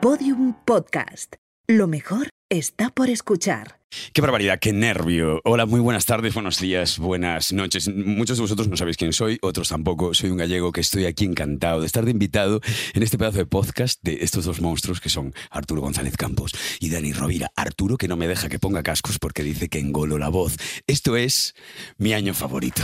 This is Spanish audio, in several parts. Podium Podcast. Lo mejor está por escuchar. Qué barbaridad, qué nervio. Hola, muy buenas tardes, buenos días, buenas noches. Muchos de vosotros no sabéis quién soy, otros tampoco. Soy un gallego que estoy aquí encantado de estar de invitado en este pedazo de podcast de estos dos monstruos que son Arturo González Campos y Dani Rovira. Arturo que no me deja que ponga cascos porque dice que engolo la voz. Esto es mi año favorito.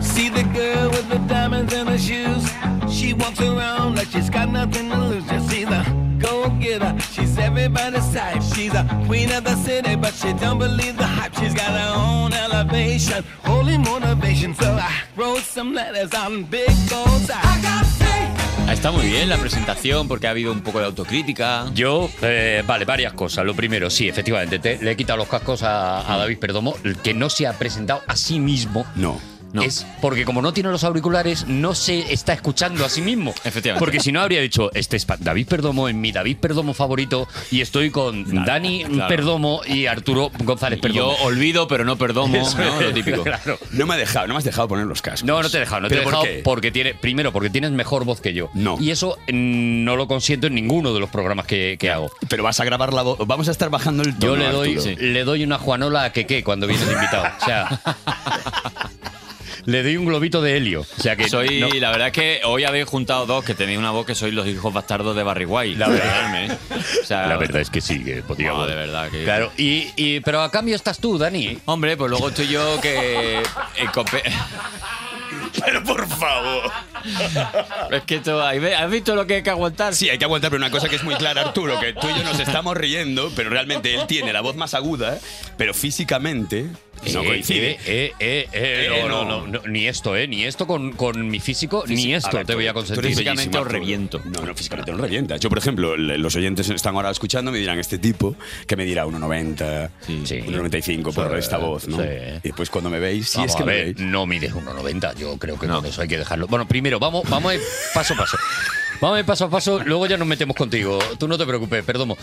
See the girl with the diamonds in her shoes. She walks around like she's got nothing to lose. Just see the go get her. She's everybody's type. She's a queen of the city, but she don't believe the hype. She's got her own elevation, holy motivation. So I wrote some letters on big goals. I got faith. Ha estado muy bien la presentación porque ha habido un poco de autocrítica. Yo, eh, vale, varias cosas. Lo primero, sí, efectivamente, te- le he quitado los cascos a, a David Perdomo, el que no se ha presentado a sí mismo. No. No. Es porque como no tiene los auriculares, no se está escuchando a sí mismo. Efectivamente. Porque si no, habría dicho, este es pa- David Perdomo en mi David Perdomo favorito y estoy con Dani claro. Perdomo y Arturo González Perdomo. Yo olvido, pero no perdomo, Eso ¿no? es, Lo típico. Claro. No me, ha dejado, no me has dejado poner los cascos. No, no te he dejado, no te he ¿Pero por dejado qué? porque tiene, primero, porque tienes mejor voz que yo. No. Y eso mm, no lo consiento en ninguno de los programas que- que hago. Pero vas a grabar la voz. Vamos a estar bajando el tono. Yo le doy, Arturo. le doy una Juanola a Keke cuando viene de invitado. O sea. Le doy un globito de helio. O sea que. Soy, no- la verdad es que hoy habéis juntado dos que tenéis una voz que sois los hijos bastardos de Barry White. La verdad. Perdonadme, ¿eh? O sea, la verdad es que sí, que podíamos. No, de verdad eh. que- Claro, y, y- pero a cambio estás tú, Dani. Hombre, pues luego estoy yo que. eh, compe- Pero por favor. es que esto, ahí ve- ¿Has visto lo que hay que aguantar? Sí, hay que aguantar, pero una cosa que es muy clara, Arturo, que tú y yo nos estamos riendo, pero realmente él tiene la voz más aguda, pero físicamente no Eh, coincide. eh, eh, eh, eh, Eh, no, no. no, no, no, ni esto, ¿eh? Ni esto con, con mi físico, ni A esto ver, te tú- voy a tú eres consentir. bellísimo, Físicamente os Arturo. reviento. No, no, físicamente no revienta. Yo, por ejemplo, le- los oyentes están ahora escuchando, me dirán este tipo que me dirá 1,90, Sí. 1,95 por Sí. esta voz, ¿no? Sí. Y después cuando me veis, si Vamos es que a me ver, veis. no mides 1,90. Yo creo que con eso hay que dejarlo. Bueno, primero, vamos, vamos de paso a paso. Vamos de paso a paso, luego ya nos metemos contigo. Tú no te preocupes, perdomo.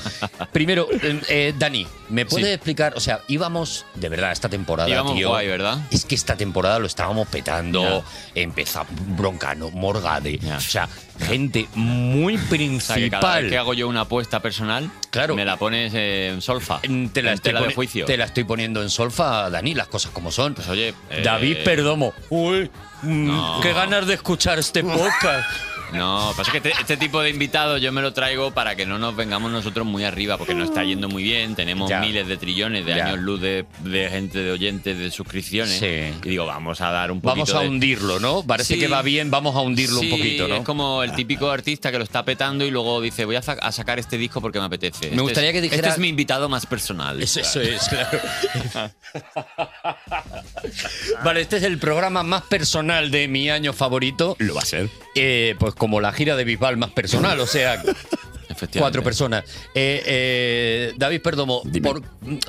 Primero, eh, eh, Dani, ¿me puedes Sí. explicar? O sea, íbamos, de verdad, esta temporada, Íbamos tío. guay, ¿verdad? Es que esta temporada lo estábamos petando. Empezamos Broncano, Morgade. Ya. O sea, gente muy O sea, que cada principal. vez que hago yo una apuesta personal, Claro. me la pones eh, en solfa. Mm, te la, en estoy tela de poni- juicio. te la estoy poniendo en solfa, Dani, las cosas como son. Pues oye, eh, David Perdomo. Uy, mm, No. qué ganas de escuchar este podcast. No, pasa que este, este tipo de invitados yo me lo traigo para que no nos vengamos nosotros muy arriba, porque nos está yendo muy bien, tenemos Ya. miles de trillones de Ya. años luz de, de gente, de oyentes, de suscripciones. Sí. Y digo, vamos a dar un poquito Vamos a de- hundirlo, ¿no? Parece Sí. que va bien, vamos a hundirlo Sí, un poquito, ¿no? es como el típico artista que lo está petando y luego dice, voy a, sa- a sacar este disco porque me apetece. Este gustaría es- que dijera- Este es mi invitado más personal. Es- Eso es, claro. vale, este es el programa más personal de mi año favorito. Lo va a ser. Eh, pues como la gira de Bisbal más personal, o sea, Efectivamente. cuatro personas. Eh, eh, David Perdomo, Dime. por-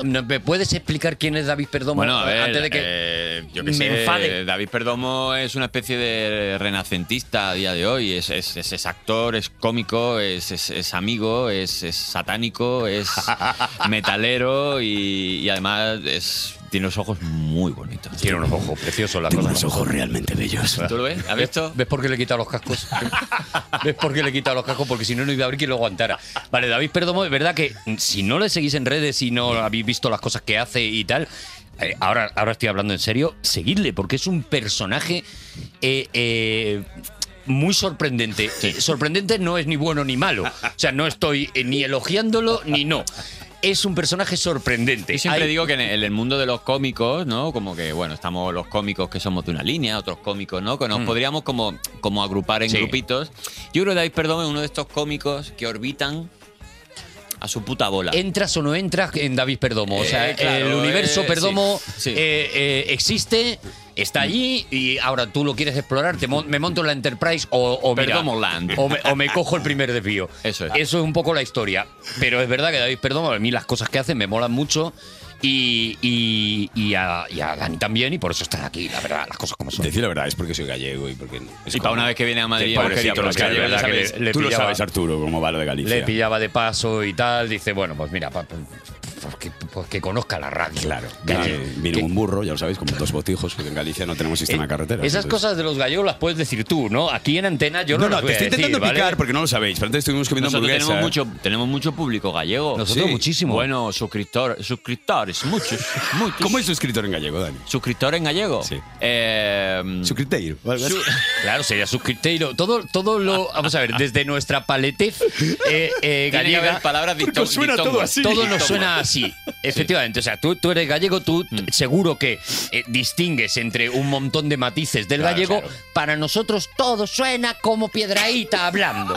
¿me puedes explicar quién es David Perdomo Bueno, a ver, antes de que eh, yo que me sé, enfade? David Perdomo es una especie de renacentista a día de hoy. Es, es- es- es actor, es cómico, es, es- es amigo, es, es satánico, es metalero y, y además es- tiene los ojos muy bonitos. Tiene unos ojos preciosos, la Tengo cosa. unos ojos realmente bellos. ¿Tú lo ves? ¿Has visto? ¿Ves por qué le he quitado los cascos? ¿Ves por qué le he quitado los cascos? Porque si no, no iba a haber quien lo aguantara. Vale, David Perdomo, es verdad que mm, si no le seguís en redes y no habéis visto las cosas que hace y tal, eh, ahora, ahora estoy hablando en serio, seguidle, porque es un personaje eh, eh, muy sorprendente. Eh, Sorprendente no es ni bueno ni malo. O sea, no estoy eh, ni elogiándolo ni no. Es un personaje sorprendente. Yo siempre Hay- digo que en el en el mundo de los cómicos, ¿no? Como que, bueno, estamos los cómicos que somos de una línea, otros cómicos, ¿no? Que nos podríamos como, como agrupar en Mm. Sí. grupitos. Yo creo que David Perdomo es uno de estos cómicos que orbitan a su puta bola. Eh, entras o no entras en David Perdomo. O sea, Eh, claro, el universo eh, Perdomo sí, sí. eh, eh, existe, está allí y ahora tú lo quieres explorar. te mon- me monto en la Enterprise o, o mira, Perdomo Land. O me, o me cojo el primer desvío. Eso es. Eso es un poco la historia. Pero es verdad que David Perdomo, a mí las cosas que hace me molan mucho. Y, y- y a, y a Dani también, y por eso están aquí, la verdad, las cosas como son. Decir la verdad, es porque soy gallego y porque. es Y para como- una vez que viene a Madrid, Qué ya me pobrecito, quería los aprovechar, gallegos, la verdad ¿sabes? que le- le Tú lo pillaba- sabes, Arturo, cómo va lo de Galicia. Le pillaba de paso y tal, dice, bueno, pues mira, pa- pa- pues que, pues que conozca la radio. Claro, Que vino, haya- vino que- Eh, un burro, ya lo sabéis, como dos botijos, porque en Galicia no tenemos sistema de carretera. Esas entonces- cosas de los gallegos las puedes decir tú, ¿no? Aquí en antena yo no, No, no, las voy te estoy a decir, intentando ¿vale? picar porque no lo sabéis, pero antes estuvimos comiendo Nosotros hamburguesa. tenemos mucho, tenemos mucho público gallego. Nosotros Sí. muchísimo. Bueno, suscriptor, suscriptores, muchos, muchos. ¿Cómo es suscriptor en gallego, Mm. Dani? ¿Suscriptor en gallego? Sí. Eh, Suscripteiro. Su- claro, sería suscripteiro. Todo, todo lo. Vamos a ver, desde nuestra paletez eh, eh, Tiene que gallega. haber palabras dicto- Porque suena todo dictongo. así. Mm. Todo nos Dictongo. suena así, efectivamente. O sea, tú, tú eres gallego, tú t- seguro que eh, distingues entre un montón de matices del Claro, gallego. claro. Para nosotros todo suena como piedraíta hablando.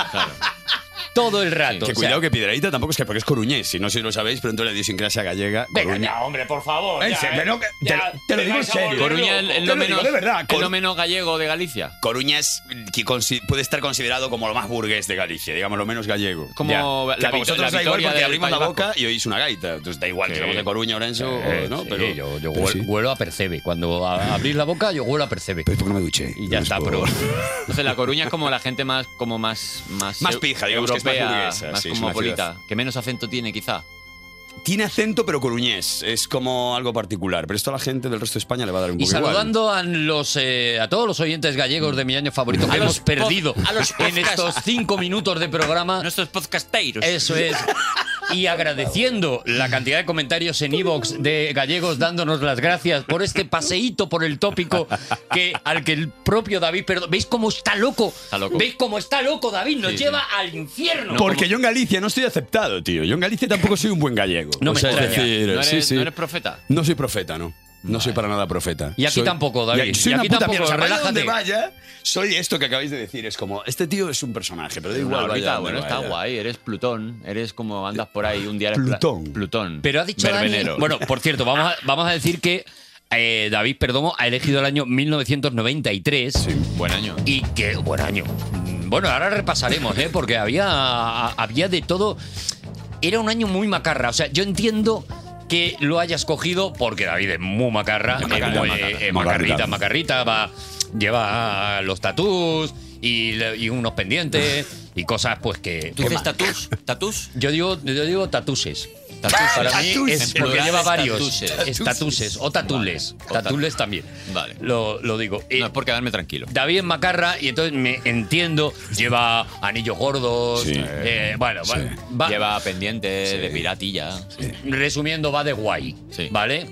Todo el rato. Que o sea, cuidado que Piedraíta tampoco es que porque es coruñés, si no sé si lo sabéis, pero entonces la idiosincrasia gallega. Venga, coruña. ya, hombre, por favor. En ya, serio, eh, no, que- te, ya, lo- te lo me digo en vais a volver serio. Coruña es es lo Te lo digo menos, de verdad, es Cor- lo menos gallego de Galicia. Coruña es que consi- puede estar considerado como lo más burgués de Galicia, digamos, lo menos gallego. Como Ya. la Que a victo- vosotros la os da igual victoria porque del abrimos la País boca y oís una gaita. Entonces da igual que Sí. seamos de Coruña, Orense o Eh, no, sí, pero. yo, yo pero huelo, sí. huelo a percebe. Cuando a- abrís la boca, yo huelo a percebe. Pero es porque no me duché. Y No ya es está, por- pero. Entonces la Coruña es como la gente más, como más, más, pues. Más eu- pija, digamos que es más europea, burguesa, sí, es una cosmopolita, que menos acento tiene quizá. Tiene acento, pero coruñés. Es como algo particular. Pero esto a la gente del resto de España le va a dar un Y poco saludando a, los, eh, a todos los oyentes gallegos de mi año favorito que A hemos los pod- perdido a los en podcasts. estos cinco minutos de programa. Nuestros podcasteiros. Eso es. Y agradeciendo la cantidad de comentarios en Evox de gallegos dándonos las gracias por este paseíto por el tópico que al que el propio David Perdón. ¿Veis cómo está loco? Está loco. ¿Veis cómo está loco David? Nos Sí, sí. lleva al infierno. igual. Porque yo en Galicia no estoy aceptado, tío. Yo en Galicia tampoco soy un buen gallego. No me es extraña. decir, no, eres, sí, sí. no eres profeta. No soy profeta, no. No soy para nada profeta. Y aquí Soy- tampoco, David. Y aquí soy Y una aquí puta tampoco, mierda. O sea, vaya relájate. donde vaya, soy esto que acabáis de decir. Es como, este tío es un personaje, pero da Una igual. vaya órbita, donde bueno, está vaya. guay. Eres Plutón. Eres como andas por ahí un día. eres Pla- Plutón. Plutón. Pero ha dicho Dani- Verbenero. Bueno, por cierto, vamos a, vamos a decir que eh, David Perdomo ha elegido el año 1993 Buen año. y que buen año. Mm, Bueno, ahora repasaremos, ¿eh? porque había, había de todo. Era un año muy macarra. O sea, yo entiendo que lo hayas cogido porque David es muy macarra. Es macarrita, eh, muy, macarra. eh, Macarrita. macarrita, macarrita, va, lleva los tatús y, le- y unos pendientes y cosas pues que... ¿Tú dices tatus? ¿Tatus? Yo digo, yo digo tatuses. Tatus. Para mí Tatuses. es porque lleva varios Tatuses. estatuses, o tatules. Vale. O Tatules también. Vale. Lo, lo digo. Eh, No, es por quedarme tranquilo. David es Macarra y entonces me entiendo, lleva anillos gordos, Sí. eh, bueno, Sí. va- va- Lleva pendiente de piratilla. resumiendo, va de guay, Sí. ¿vale?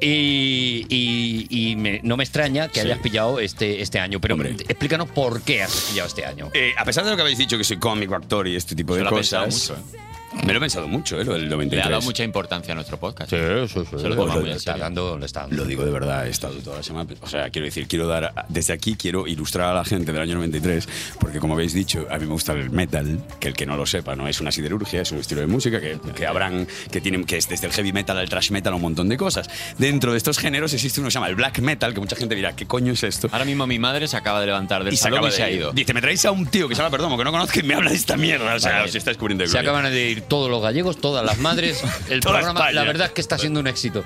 Y, y- y me- no me extraña que Sí. hayas pillado este, este año, pero Hombre. explícanos por qué has pillado este año. Eh, a pesar de lo que habéis dicho, que soy cómico, actor y este tipo Se de lo ha pensado cosas. mucho, Me lo he pensado mucho, ¿eh? Lo del Le 93. ha dado mucha importancia a nuestro podcast. Se lo Pues toma lo- muy Le en está serio. dando, le está dando. Lo digo de verdad, he estado toda la semana. O sea, quiero decir, quiero dar. Desde aquí quiero ilustrar a la gente del año 93, porque como habéis dicho, a mí me gusta el metal, que el que no lo sepa, no es una siderurgia, es un estilo de música que, que habrán, que tienen, que es desde el heavy metal al thrash metal a un montón de cosas. Dentro de estos géneros existe uno que se llama el black metal, que mucha gente dirá, ¿qué coño es esto? Ahora mismo mi madre se acaba de levantar del salón acaba y de se ha ir. ido. Dice, me traéis a un tío que se llama Perdomo, que no conozco y me habla de esta mierda. O sea, Vale. os está descubriendo de Se gloria. acaban de ir todos los gallegos, todas las madres. El Toda programa, España. la verdad es que está siendo un éxito.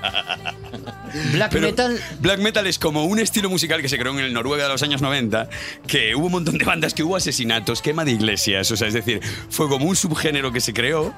Black Pero Metal. Black metal es como un estilo musical que se creó en el Noruega de los años 90, que hubo un montón de bandas, que hubo asesinatos, quema de iglesias, o sea, es decir, fue como un subgénero que se creó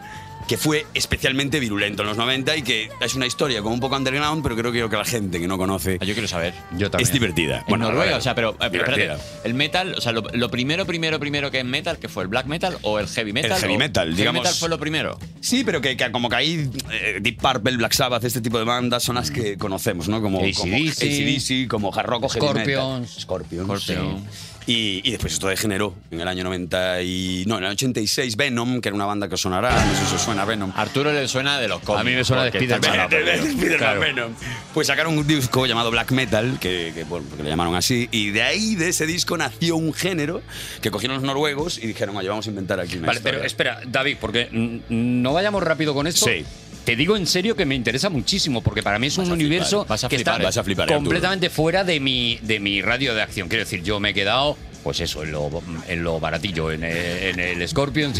que fue especialmente virulento en los 90 y que es una historia como un poco underground, pero creo que, que la gente que no conoce Ah, Yo quiero saber. Yo es divertida. En Noruega, o sea, pero eh, divertida. espérate, el metal, o sea, lo, lo primero, primero, primero que es metal, que fue el black metal o el heavy metal. heavy o- metal, digamos. metal fue lo primero. Sí, pero que, que como que ahí eh, Deep Purple, Black Sabbath, este tipo de bandas son las Mm. que conocemos, ¿no? Como AC/DC. como, AC/DC, como hard rock o heavy metal. Scorpions. Scorpions. Scorpion. sí. Y, y después esto degeneró en el año 90 y... No, en el 86 Venom, que era una banda que os sonará, no sé si os suena Venom. Ah, Arturo le suena de los cómics. A mí me suena de porque está Spiderman. mal aprendido. Spiderman Claro. Venom. Pues sacaron un disco llamado Black Metal, que, que, bueno, porque le llamaron así, y de ahí, de ese disco, nació un género que cogieron los noruegos y dijeron, oye, vamos a inventar aquí una Vale, historia". pero espera, David, porque mm, no vayamos rápido con esto. Sí. Te digo en serio que me interesa muchísimo, porque para mí es Vas un a flipar, universo vas a que flipar, está vas a flipar, Arturo. completamente fuera de mi, de mi radio de acción. Quiero decir, yo me he quedado, pues eso, en lo, en lo baratillo, en el, en el Scorpions,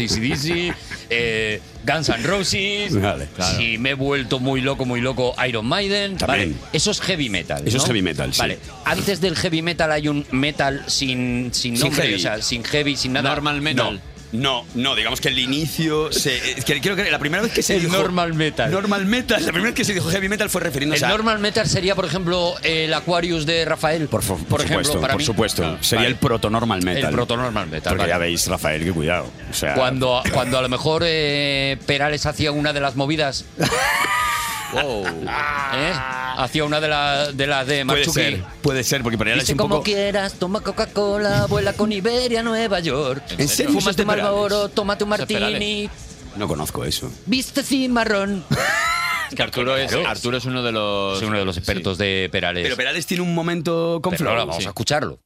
ACDC, eh, Guns N' Roses. Vale, claro. Si me he vuelto muy loco, muy loco, Iron Maiden. También. Vale, eso es heavy metal. Eso es ¿no? heavy metal, sí. Vale, antes del heavy metal hay un metal sin, sin Sin nombre, heavy. o sea, sin heavy, sin nada. Normal No. metal. No, no, digamos que el inicio. Se, es que creo que la primera vez que se El dijo. normal metal. Normal metal. La primera vez que se dijo heavy metal fue refiriéndose El a. normal metal sería, por ejemplo, el Aquarius de Rafael. Por, Por, ejemplo, supuesto, para por mí. supuesto. Claro, Sería vale. el proto-normal metal. El proto-normal metal, Porque vale. ya veis, Rafael, que cuidado. O sea, Cuando, cuando a lo mejor eh, Perales hacía una de las movidas. ¿eh? Hacía una de, la- de las puede de Machuki. ser, puede ser, porque para ella es Dice un como poco. quieras, toma Coca-Cola, vuela con Iberia, Nueva York. ¿En serio? Eso es Fúmate de un Perales. Marlboro, toma tu es Perales. martini, No conozco eso. viste cimarrón. Es que Arturo es, Claro. Arturo es uno de los. Es uno de los expertos de Perales. Pero Perales tiene un momento con Pero flow. ahora vamos Sí. a escucharlo.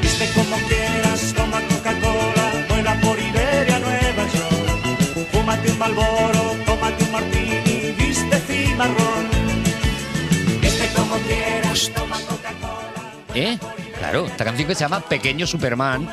Viste como quieras, toma Coca-Cola, vuela por Iberia, Nueva York. Fúmate un Malboro, tómate un martini, viste cimarrón. Viste como quieras, toma Coca-Cola. ¿Eh? Claro, esta canción que se llama Pequeño Superman.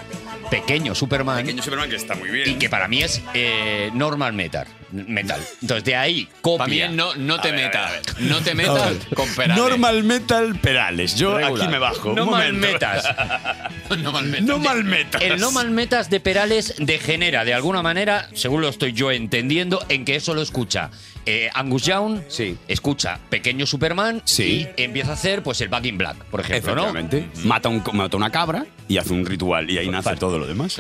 Pequeño Superman. Pequeño Superman que está muy bien. y que para mí es eh, normal metal. Metal. Entonces de ahí copia. Para mí es no, no te ver, a metas. ver, No te metas con Perales. Normal metal Perales. Yo Regular. aquí me bajo. No Un mal momento. metas. No mal metas. No mal metas. El no mal metas de Perales degenera de alguna manera, según lo estoy yo entendiendo, en que eso lo escucha eh, Angus Young, Sí. escucha Pequeño Superman Sí. y empieza a hacer pues el Back in Black, por ejemplo, ¿no? Efectivamente. Mata, un, mata una cabra y hace un ritual y ahí nace todo lo demás.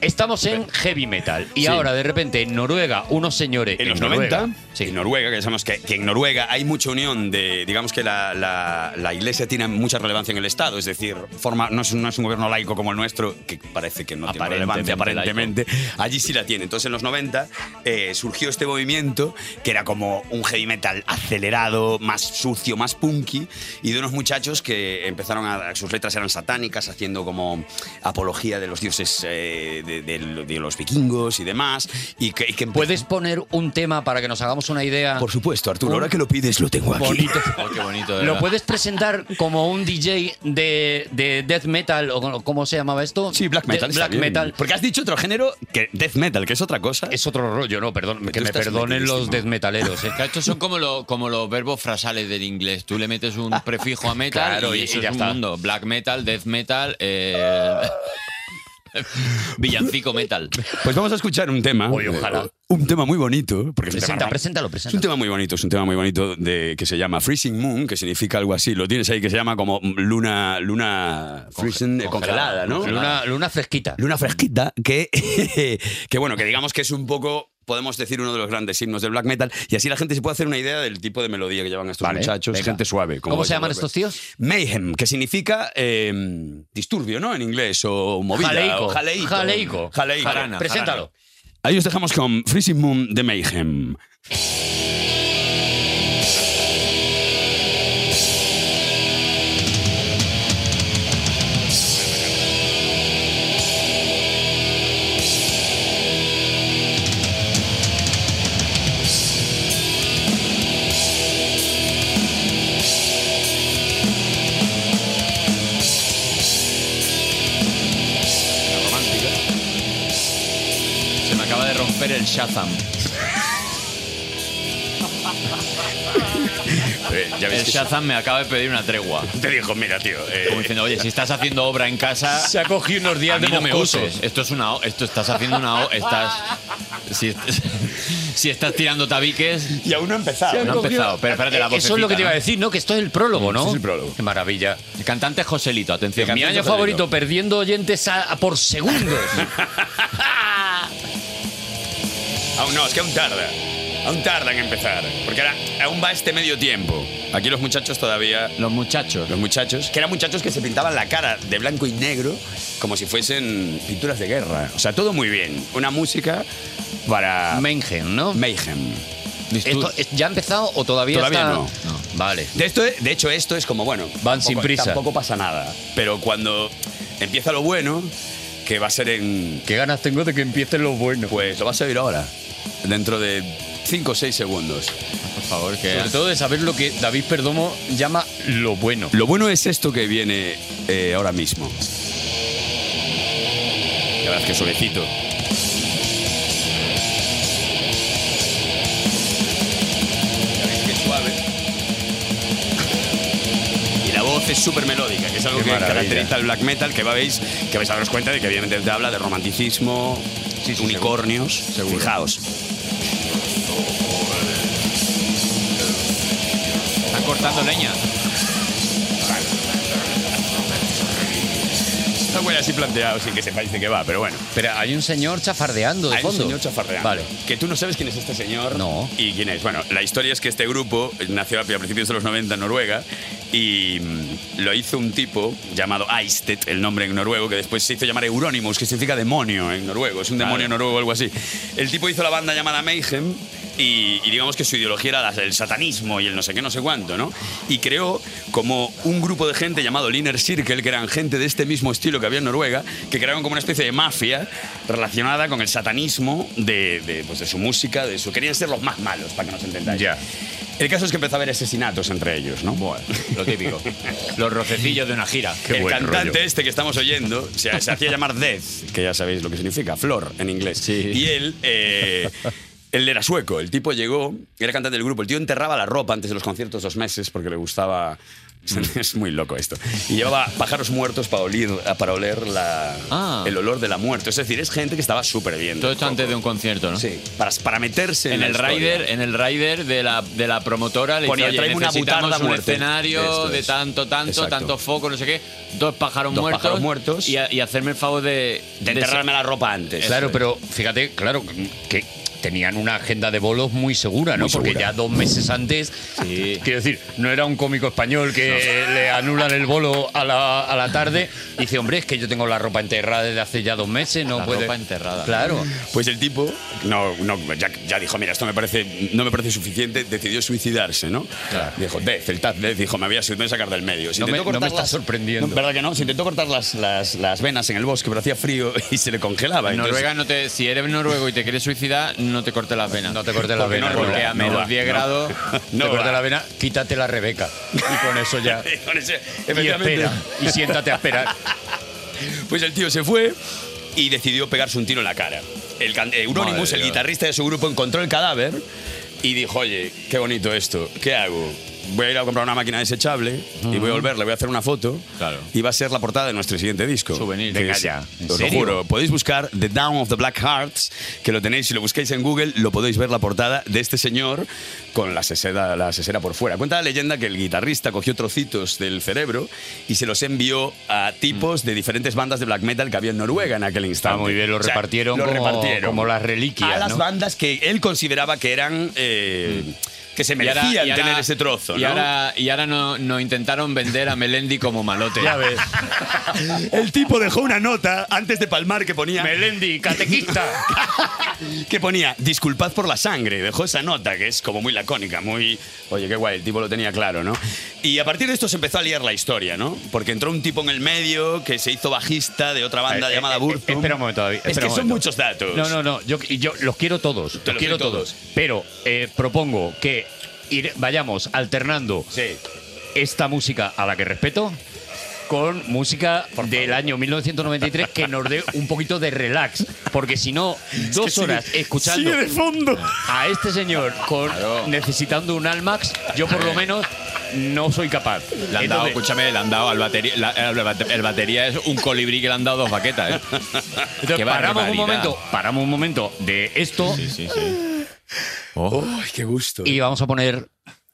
Estamos en heavy metal y ahora de repente en Noruega unos señores En en los Noruega, 90, sí. en Noruega, que ya sabemos que, que en Noruega hay mucha unión de, digamos que la, la- la iglesia tiene mucha relevancia en el Estado, es decir, forma, no, es, un- no es un gobierno laico como el nuestro, que parece que no tiene relevancia Aparentemente aparentemente, allí sí la tiene. Entonces en los 90 eh, surgió este movimiento que era como un heavy metal acelerado, más sucio, más punky, y de unos muchachos que empezaron a, sus letras eran satánicas, haciendo como apología de los dioses eh, de, de- de los vikingos y demás, y que, y que empezó- ¿Puedes poner un tema para que nos hagamos una idea? por supuesto, Arturo, ahora que lo pides lo tengo aquí. bonito. Oh, qué bonito. de ¿Lo verdad. puedes presentar como un DJ de, de death metal o con- cómo se llamaba esto? Sí, black De- metal. está black bien. metal. Porque has dicho otro género que death metal, que es otra cosa. Es otro rollo, no, perdón, Pero que tú me estás perdonen los metidísimo. death metaleros. ¿eh? Claro, Estos son como, lo- como los verbos frasales del inglés. Tú le metes un prefijo a metal Claro, y, y- eso y ya es está. un mundo. Black metal, death metal, eh, villancico metal. Pues vamos a escuchar un tema. Oye, ojalá. eh, Un tema muy bonito. Porque es un Presenta, tema- preséntalo, Es un preséntalo. tema muy bonito, es un tema muy bonito de, que se llama Freezing Moon, que significa algo así. Lo tienes ahí que se llama como luna luna freezing, eh, congelada, ¿no? Luna, luna fresquita. Luna fresquita, que, que bueno, que digamos que es un poco, podemos decir, uno de los grandes himnos del black metal. Y así la gente se puede hacer una idea del tipo de melodía que llevan estos Vale, muchachos. venga. Gente suave. como ¿Cómo se Boys llaman Over. estos tíos? Mayhem, que significa eh, disturbio, ¿no? En inglés, o movida. Jaleico. o jaleíto. Jaleico. Jaleico. Jarana. Preséntalo. Ahí os dejamos con Freezing Moon de Mayhem. Se me acaba de romper el Shazam. ya El veis que Shazam me acaba de pedir una tregua. te dijo, mira, tío. eh, Como diciendo, oye, si estás haciendo obra en casa, ha cogido unos a mí no me uses. Esto es una, o- esto estás haciendo una, o- estás, si, si estás tirando tabiques, y aún no ha Ah, empezado. No ha empezado, pero espérate, la Eh, Eso es lo que te iba a vocecita, decir, ¿no? Que esto es el prólogo, ¿no? es el prólogo. Qué maravilla. el cantante es Joselito, atención. Mi año Joselito. favorito, perdiendo oyentes a- a por segundos. Aún no, es que aún tarda. Aún tarda en empezar. Porque ahora aún va este medio tiempo. Aquí los muchachos todavía. Los muchachos. Los muchachos, que eran muchachos que se pintaban la cara de blanco y negro como si fuesen pinturas de guerra. O sea, todo muy bien. Una música para Mengen, ¿no? Mayhem. Esto, es- ¿Ya ha empezado o todavía, Todavía está? no. Vale. De, esto, de hecho, esto es como, bueno, Van tampoco- sin prisa. Tampoco pasa nada. Pero cuando empieza lo bueno, que va a ser en... Qué ganas tengo de que empiecen los buenos. Pues lo vas a oír ahora, dentro de 5 o 6 segundos. Por favor, que Sobre todo de saber lo que David Perdomo llama lo bueno. Lo bueno es esto que viene eh, ahora mismo. La verdad es que suavecito. Ya veis que suave. Y la voz parte súper melódica, que es algo Qué que maravilla. caracteriza al black metal, que vais, que vais a daros cuenta de que evidentemente te habla de romanticismo, unicornios. Fijaos. Están cortando leña. Está bueno así planteado, sin que sepáis de qué va, pero bueno. Pero hay un señor chafardeando de Hay un fondo. señor chafardeando. Vale. Que tú no sabes quién es este señor. No. Y quién es. Bueno, la historia es que este grupo nació a principios de los 90 en Noruega y mm, lo hizo un tipo llamado Aistet, el nombre en noruego, que después se hizo llamar Euronymous, que significa demonio en noruego. Es un demonio noruego o algo así. El tipo hizo la banda llamada Mayhem. Y, y digamos que su ideología era la- el satanismo y el no sé qué, no sé cuánto, ¿no? Y creó como un grupo de gente llamado Liner Circle, que eran gente de este mismo estilo que había en Noruega, que crearon como una especie de mafia relacionada con el satanismo de, de, pues de su música, de su... Querían ser los más malos, para que nos entendáis. Ya. El caso es que empezó a haber asesinatos entre ellos, ¿no? Lo típico. Los rocecillos de una gira. el buen cantante rollo. este que estamos oyendo se, se hacía llamar Death, que ya sabéis lo que significa, flor en inglés. Y él, eh, él era sueco, el tipo llegó, era cantante del grupo, el tío enterraba la ropa antes de los conciertos dos meses porque le gustaba... Es muy loco esto. Y llevaba pájaros muertos para, olir, para oler la, Ah. el olor de la muerte. Es decir, es gente que estaba súper bien. Todo esto antes de un concierto, ¿no? Sí, para, para meterse en, En el la historia. rider, en el rider de la, de la promotora le Ponía, dice, "Tráeme "Oye, una necesitamos butarda un muerte". escenario Esto de es. tanto, tanto, Exacto. tanto foco, no sé qué, dos pájaros Dos muertos, pájaros muertos. y, a- y hacerme el favor de, De de- enterrarme la ropa antes. Claro, pero fíjate, claro, que tenían una agenda de bolos muy segura, ¿no? Muy Porque segura. ya dos meses antes, quiero decir, no era un cómico español que le anulan el bolo a la, a la tarde y dice, hombre, es que yo tengo la ropa enterrada desde hace ya dos meses, no La puede... ropa enterrada. Claro. Pues el tipo, no, no, ya, ya dijo, mira, esto me parece, no me parece suficiente, decidió suicidarse, ¿no? Dijo, Death, el Taz Death, dijo, me había suicidado sacar del medio. Se No me- intentó no me cortar está las- sorprendiendo. No, ¿Verdad que no? Se intentó cortar las, las, las venas en el bosque, pero hacía frío y se le congelaba. En entonces- Noruega no te, si eres noruego y te quieres suicidar, no te cortes las venas. No te cortes la Porque vena. no Porque rola, a no menos va, 10 no. grados No te corta va. la vena, quítate la Rebeca. Y con eso ya. Con ese- Y efectivamente. espera. Y siéntate a esperar. Pues el tío se fue y decidió pegarse un tiro en la cara. El can- eh, Euronymous, Madre el mía. guitarrista de su grupo, encontró el cadáver y dijo, oye, qué bonito esto, ¿qué hago? Voy a ir a comprar una máquina desechable y voy a volver, le voy a hacer una foto. Claro. Y va a ser la portada de nuestro siguiente disco. Souvenir. Que Venga es- ya, ¿en Os lo serio? juro. Podéis buscar The Down of the Black Hearts, que lo tenéis, si lo buscáis en Google, lo podéis ver la portada de este señor con la sesera, la sesera por fuera. Cuenta la leyenda que el guitarrista cogió trocitos del cerebro y se los envió a tipos de diferentes bandas de black metal que había en Noruega en aquel instante. Ah, muy bien, lo O sea, repartieron lo como- repartieron. como las reliquias, A las ¿no? bandas que él consideraba que eran... eh, que se merecían y ahora- tener ese trozo, Y ¿no? ahora, y ahora no- nos intentaron vender a Melendi como malote. Ya ves. El tipo dejó una nota antes de palmar que ponía... Melendi, catequista. que ponía disculpad por la sangre. Dejó esa nota que es como muy lacónica, muy. Oye, qué guay, el tipo lo tenía claro, ¿no? Y a partir de esto se empezó a liar la historia, ¿no? Porque entró un tipo en el medio que se hizo bajista de otra banda Eh, eh, llamada eh, Burton. espera un momento, David, Es espera que un son momento. muchos datos. No, no, no. Yo, yo los quiero todos. Los, Te los quiero doy todos. todos. Pero eh, propongo que ir- vayamos alternando Sí. esta música a la que respeto con música del año 1993 que nos dé un poquito de relax. Porque si no, dos que sigue- horas escuchando sigue de fondo. a este señor con, necesitando un Almax, yo por lo menos no soy capaz. Le han dado, Entonces, escúchame, le han dado al batería. la- al bate- el batería es un colibrí que le han dado dos baquetas, ¿eh? entonces qué paramos un barbaridad. momento, paramos un momento de esto Sí, sí, sí. Oh. ¡Ay, qué gusto! Y vamos a poner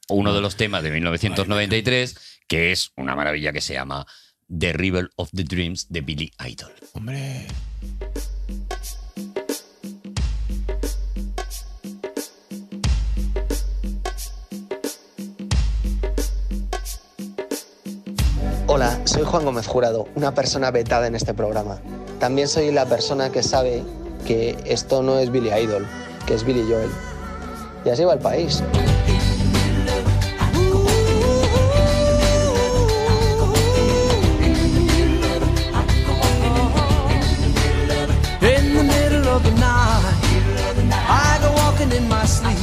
uno de los temas de 1993, que es una maravilla que se llama The River of the Dreams de Billy Idol. Hola, soy Juan Gómez Jurado, una persona vetada en este programa. También soy la persona que sabe que esto no es Billy Idol, que es Billy Joel. Y así va el país. In the middle of the night, I go walking in my sleep.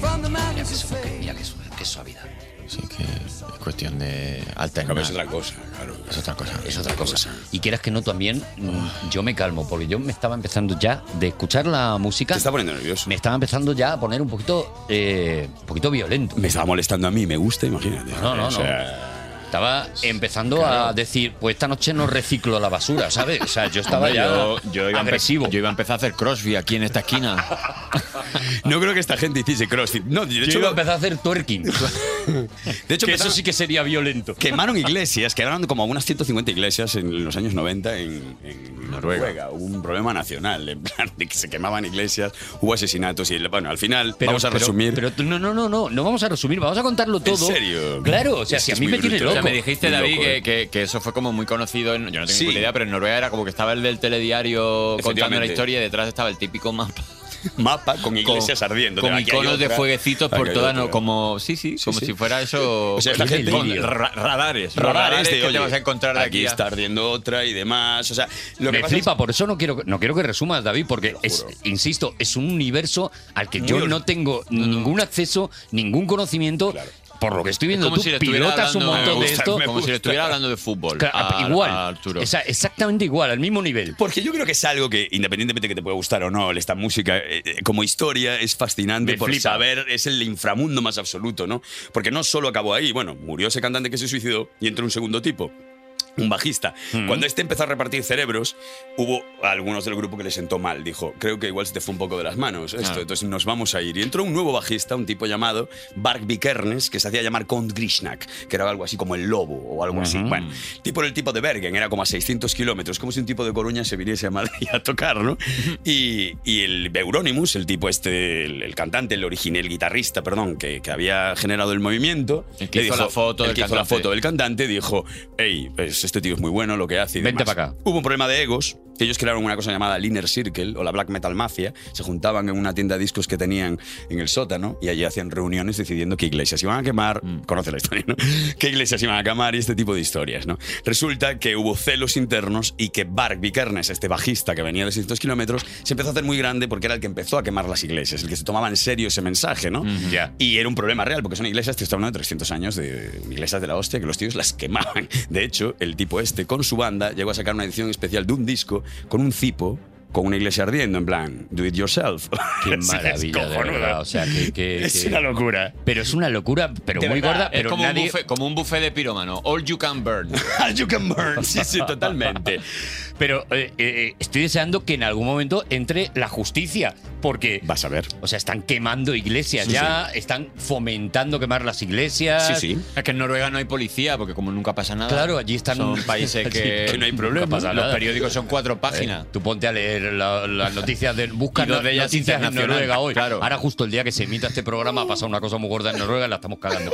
From the mountains of faith. Mira qué, su- qué suavidad. Sí, que es cuestión de Claro, alternar. es otra cosa, claro. Es otra cosa. Es otra cosa. Y quieras que no también, mm, yo me calmo, porque yo me estaba empezando ya, de escuchar la música, Te está poniendo nervioso. me Me, estaba empezando ya a poner un poquito, eh, un poquito violento. estaba molestando a mí, me gusta, imagínate. No, no, O sea, Estaba empezando a decir, pues esta noche no reciclo la basura, ¿sabes? O sea, yo estaba Hombre, ya yo, yo iba a empe- agresivo. yo iba a empezar a hacer crossfit aquí en esta esquina. No creo que esta gente hiciese crossfit. No, de Yo hecho, iba a empezar a hacer twerking. de hecho empezaron- que eso sí que sería violento. Quemaron iglesias, quedaron como unas 150 iglesias en los años 90 en, en Noruega. Hubo un problema nacional, en plan, de que se quemaban iglesias, hubo asesinatos y, bueno, al final, vamos a resumir. Pero, tú- no, no, no, no, no vamos a resumir, vamos a contarlo todo. serio? Claro, o sea, Es que si a es mí muy me tiene brutal. O loco. sea, me dijiste, Muy David, loco, que, ¿eh? que- que eso fue como muy conocido. en- yo no tengo Sí. ninguna idea, pero en Noruega era como que estaba el del telediario contando la Efectivamente. historia y detrás estaba el típico mapa. mapa con iglesias con- ardiendo. Con Aquí hay iconos de otra, fueguecitos aquí por hay toda. otra. no- como, sí, sí, como sí. si fuera eso. O sea, esta con- gente- con ra- radares. Radares de, que oye, te vas a encontrar de aquí. aquí a- está ardiendo otra y demás. O sea, lo que me pasa flipa, es- por eso no quiero, no quiero que resumas, David, porque, es, insisto, es un universo al que yo Muy Mm. no tengo ningún acceso, ningún conocimiento. Por lo que estoy viendo, como tú si le estuviera pilotas un hablando- montón Me de gusta, esto. como si le estuviera hablando de fútbol. Claro, a- igual, a Arturo. Esa- exactamente igual, al mismo nivel. Porque yo creo que es algo que, independientemente que te pueda gustar o no, esta música eh, eh, como historia es fascinante Me por flipa. saber, es el inframundo más absoluto, ¿no? Porque no solo acabó ahí, bueno, murió ese cantante que se suicidó y entró un segundo tipo. Un bajista. Mm. Cuando este empezó a repartir cerebros, hubo algunos del grupo que le sentó mal. Dijo, creo que igual se te fue un poco de las manos esto, Claro. entonces nos vamos a ir. Y entró un nuevo bajista, un tipo llamado Bark Vikernes, que se hacía llamar Count Grishnak, que era algo así como el lobo o algo así. Bueno, tipo era el tipo de Bergen, era como a 600 kilómetros, como si un tipo de Coruña se viniese a Madrid a tocar, ¿no? Y, y el Euronymous, el tipo este, el, el cantante, el original, el guitarrista, perdón, que, que había generado el movimiento, El que le hizo la foto el del que hizo la cantante. foto del cantante, dijo, hey, pues este tío es muy bueno lo que hace. y Vente demás". pa' acá. Hubo un problema de egos. que Ellos crearon una cosa llamada el Inner Circle o la Black Metal Mafia. Se juntaban en una tienda de discos que tenían en el sótano y allí hacían reuniones decidiendo qué iglesias iban a quemar. Mm. Conoce la historia, ¿no? Qué iglesias iban a quemar y este tipo de historias, ¿no? Resulta que hubo celos internos y que Bark Vikernes, este bajista que venía de 600 kilómetros, se empezó a hacer muy grande porque era el que empezó a quemar las iglesias, el que se tomaba en serio ese mensaje, ¿no? Mm. Ya. Y era un problema real, porque son iglesias, te estoy hablando de 300 años, de iglesias de la hostia, que los tíos las quemaban. De hecho, el tipo este, con su banda, llegó a sacar una edición especial de un disco con un cipo, con una iglesia ardiendo, en plan, do it yourself. Qué Es maravilla, de cojonudo. verdad. O sea, que, que- Es que- una locura. Pero es una locura, pero De muy verdad, gorda, Es pero como, nadie... un buffet, como un buffet de pirómano. All you can burn. You can burn. Sí, sí, totalmente. Pero eh, eh, estoy deseando que en algún momento entre la justicia, porque... Vas a ver. O sea, están quemando iglesias ya, están fomentando quemar las iglesias. Sí, sí. Es que en Noruega no hay policía, porque como nunca pasa nada. Claro, allí están- Son países Sí, que, que no hay nunca problema. pasa nada. Los Los periódicos son cuatro páginas. Tú ponte a leer la- las noticias de busca Y dos no- de ellas noticias en internacionales, Noruega hoy. claro. Ahora justo el día que se emita este programa pasa una cosa muy gorda en Noruega y la estamos cagando.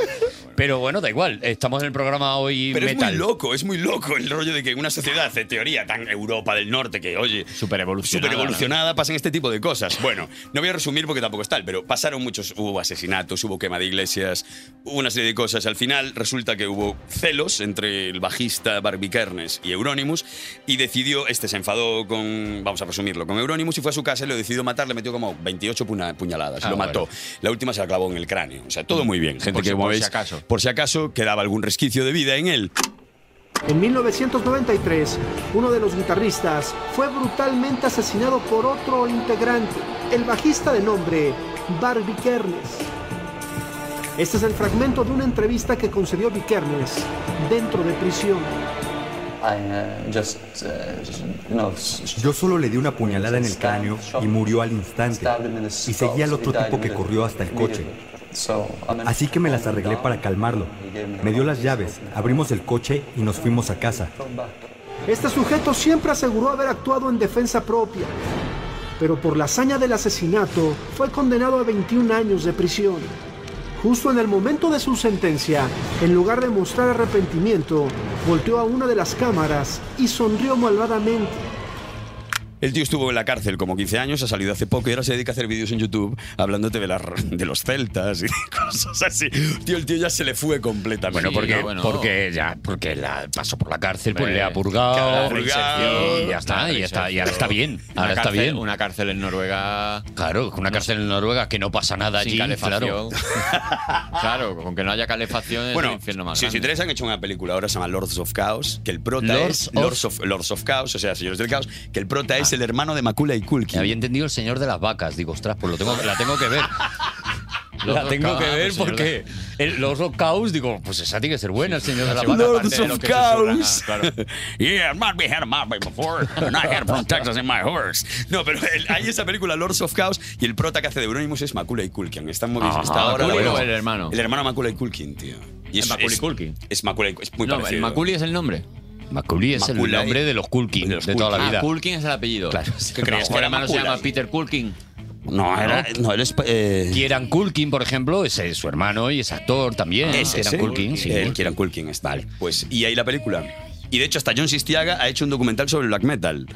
Pero bueno, da igual. Estamos en el programa hoy Pero metal. es muy loco, es muy loco el rollo de que en una sociedad de teoría tan Europa del Norte que, oye, Súper evolucionada. súper evolucionada, pasan este tipo de cosas. Bueno, no voy a resumir porque tampoco es tal, pero pasaron muchos, hubo asesinatos, hubo quema de iglesias, hubo una serie de cosas. Al final resulta que hubo celos entre el bajista Barbie Kernes y Euronymous y decidió, este se enfadó con, vamos a resumirlo, con Euronymous y fue a su casa y lo decidió matar, le metió como 28 puna- puñaladas, Ah, lo bueno. mató. La última se la clavó en el cráneo, o sea, todo muy bien. Gente Por que si- como por si veis, acaso. por si acaso quedaba algún resquicio de vida en él. En 1993, uno de los guitarristas fue brutalmente asesinado por otro integrante, el bajista de nombre Barbie Kernes. Este es el fragmento de una entrevista que concedió Vikernes dentro de prisión. Yo solo le di una puñalada en el cráneo y murió al instante. Y seguí al otro tipo que corrió hasta el coche. Así que me las arreglé para calmarlo. Me dio las llaves, abrimos el coche y nos fuimos a casa. Este sujeto siempre aseguró haber actuado en defensa propia, pero por la hazaña del asesinato fue condenado a 21 años de prisión. Justo en el momento de su sentencia, en lugar de mostrar arrepentimiento, volteó a una de las cámaras y sonrió malvadamente. El tío estuvo en la cárcel como 15 años, ha salido hace poco y ahora se dedica a hacer vídeos en YouTube hablándote de, las- de los celtas y de cosas así. Tío, el tío ya se le fue completamente. Bueno, Sí, porque, no, bueno. porque ya, porque la pasó por la cárcel, pues Hombre, le ha purgado. que la reinserción, Y ya está, la y ya está, y reinserción. ahora está bien. Una Ahora está cárcel- bien. Una cárcel en Noruega. Claro, una cárcel en Noruega que no pasa nada sin allí, claro. calefacción. Claro. con que no haya calefacción es Bueno, el infierno más grande. 63 han hecho una película ahora, se llama Lords of Chaos, que el prota Lords es of- Lords of, Lords of Chaos, o sea, Señores del Caos, que el prota es el hermano de Makula y Kulki. Me había entendido el señor de las vacas. Digo, ostras, pues lo tengo, la tengo que ver. la tengo que Ah, ver pues, señor porque el- los Rocaus, digo, pues esa tiene que ser buena, señor de la segunda banda. parte de lo que susurra, ah, claro. yeah, it might be had a mile before, and I had from Texas in my horse. No, pero el- hay esa película Lords of Chaos y el prota que hace de Euronymous es Macaulay Culkin. Está muy Ah, está ahora ¿Macaulay bueno. o el hermano? El hermano Macaulay Culkin, tío. ¿Es Macaulay Culkin? Es Macaulay, es muy No, parecido. ¿el Macaulay es el nombre? Macaulay es el Macaulay. nombre de los Culkin de, toda la vida. Ah, Culkin es el apellido. Claro. ¿Qué crees? Que el hermano se llama Peter Culkin. No, era, no, él es... eh, Kieran Culkin, por ejemplo, ese es su hermano y es actor también. Ah, Kieran ese. Culkin, sí. El Kieran Culkin está. Pues, y ahí la película. Y de hecho, hasta John Sistiaga ha hecho un documental sobre el black metal,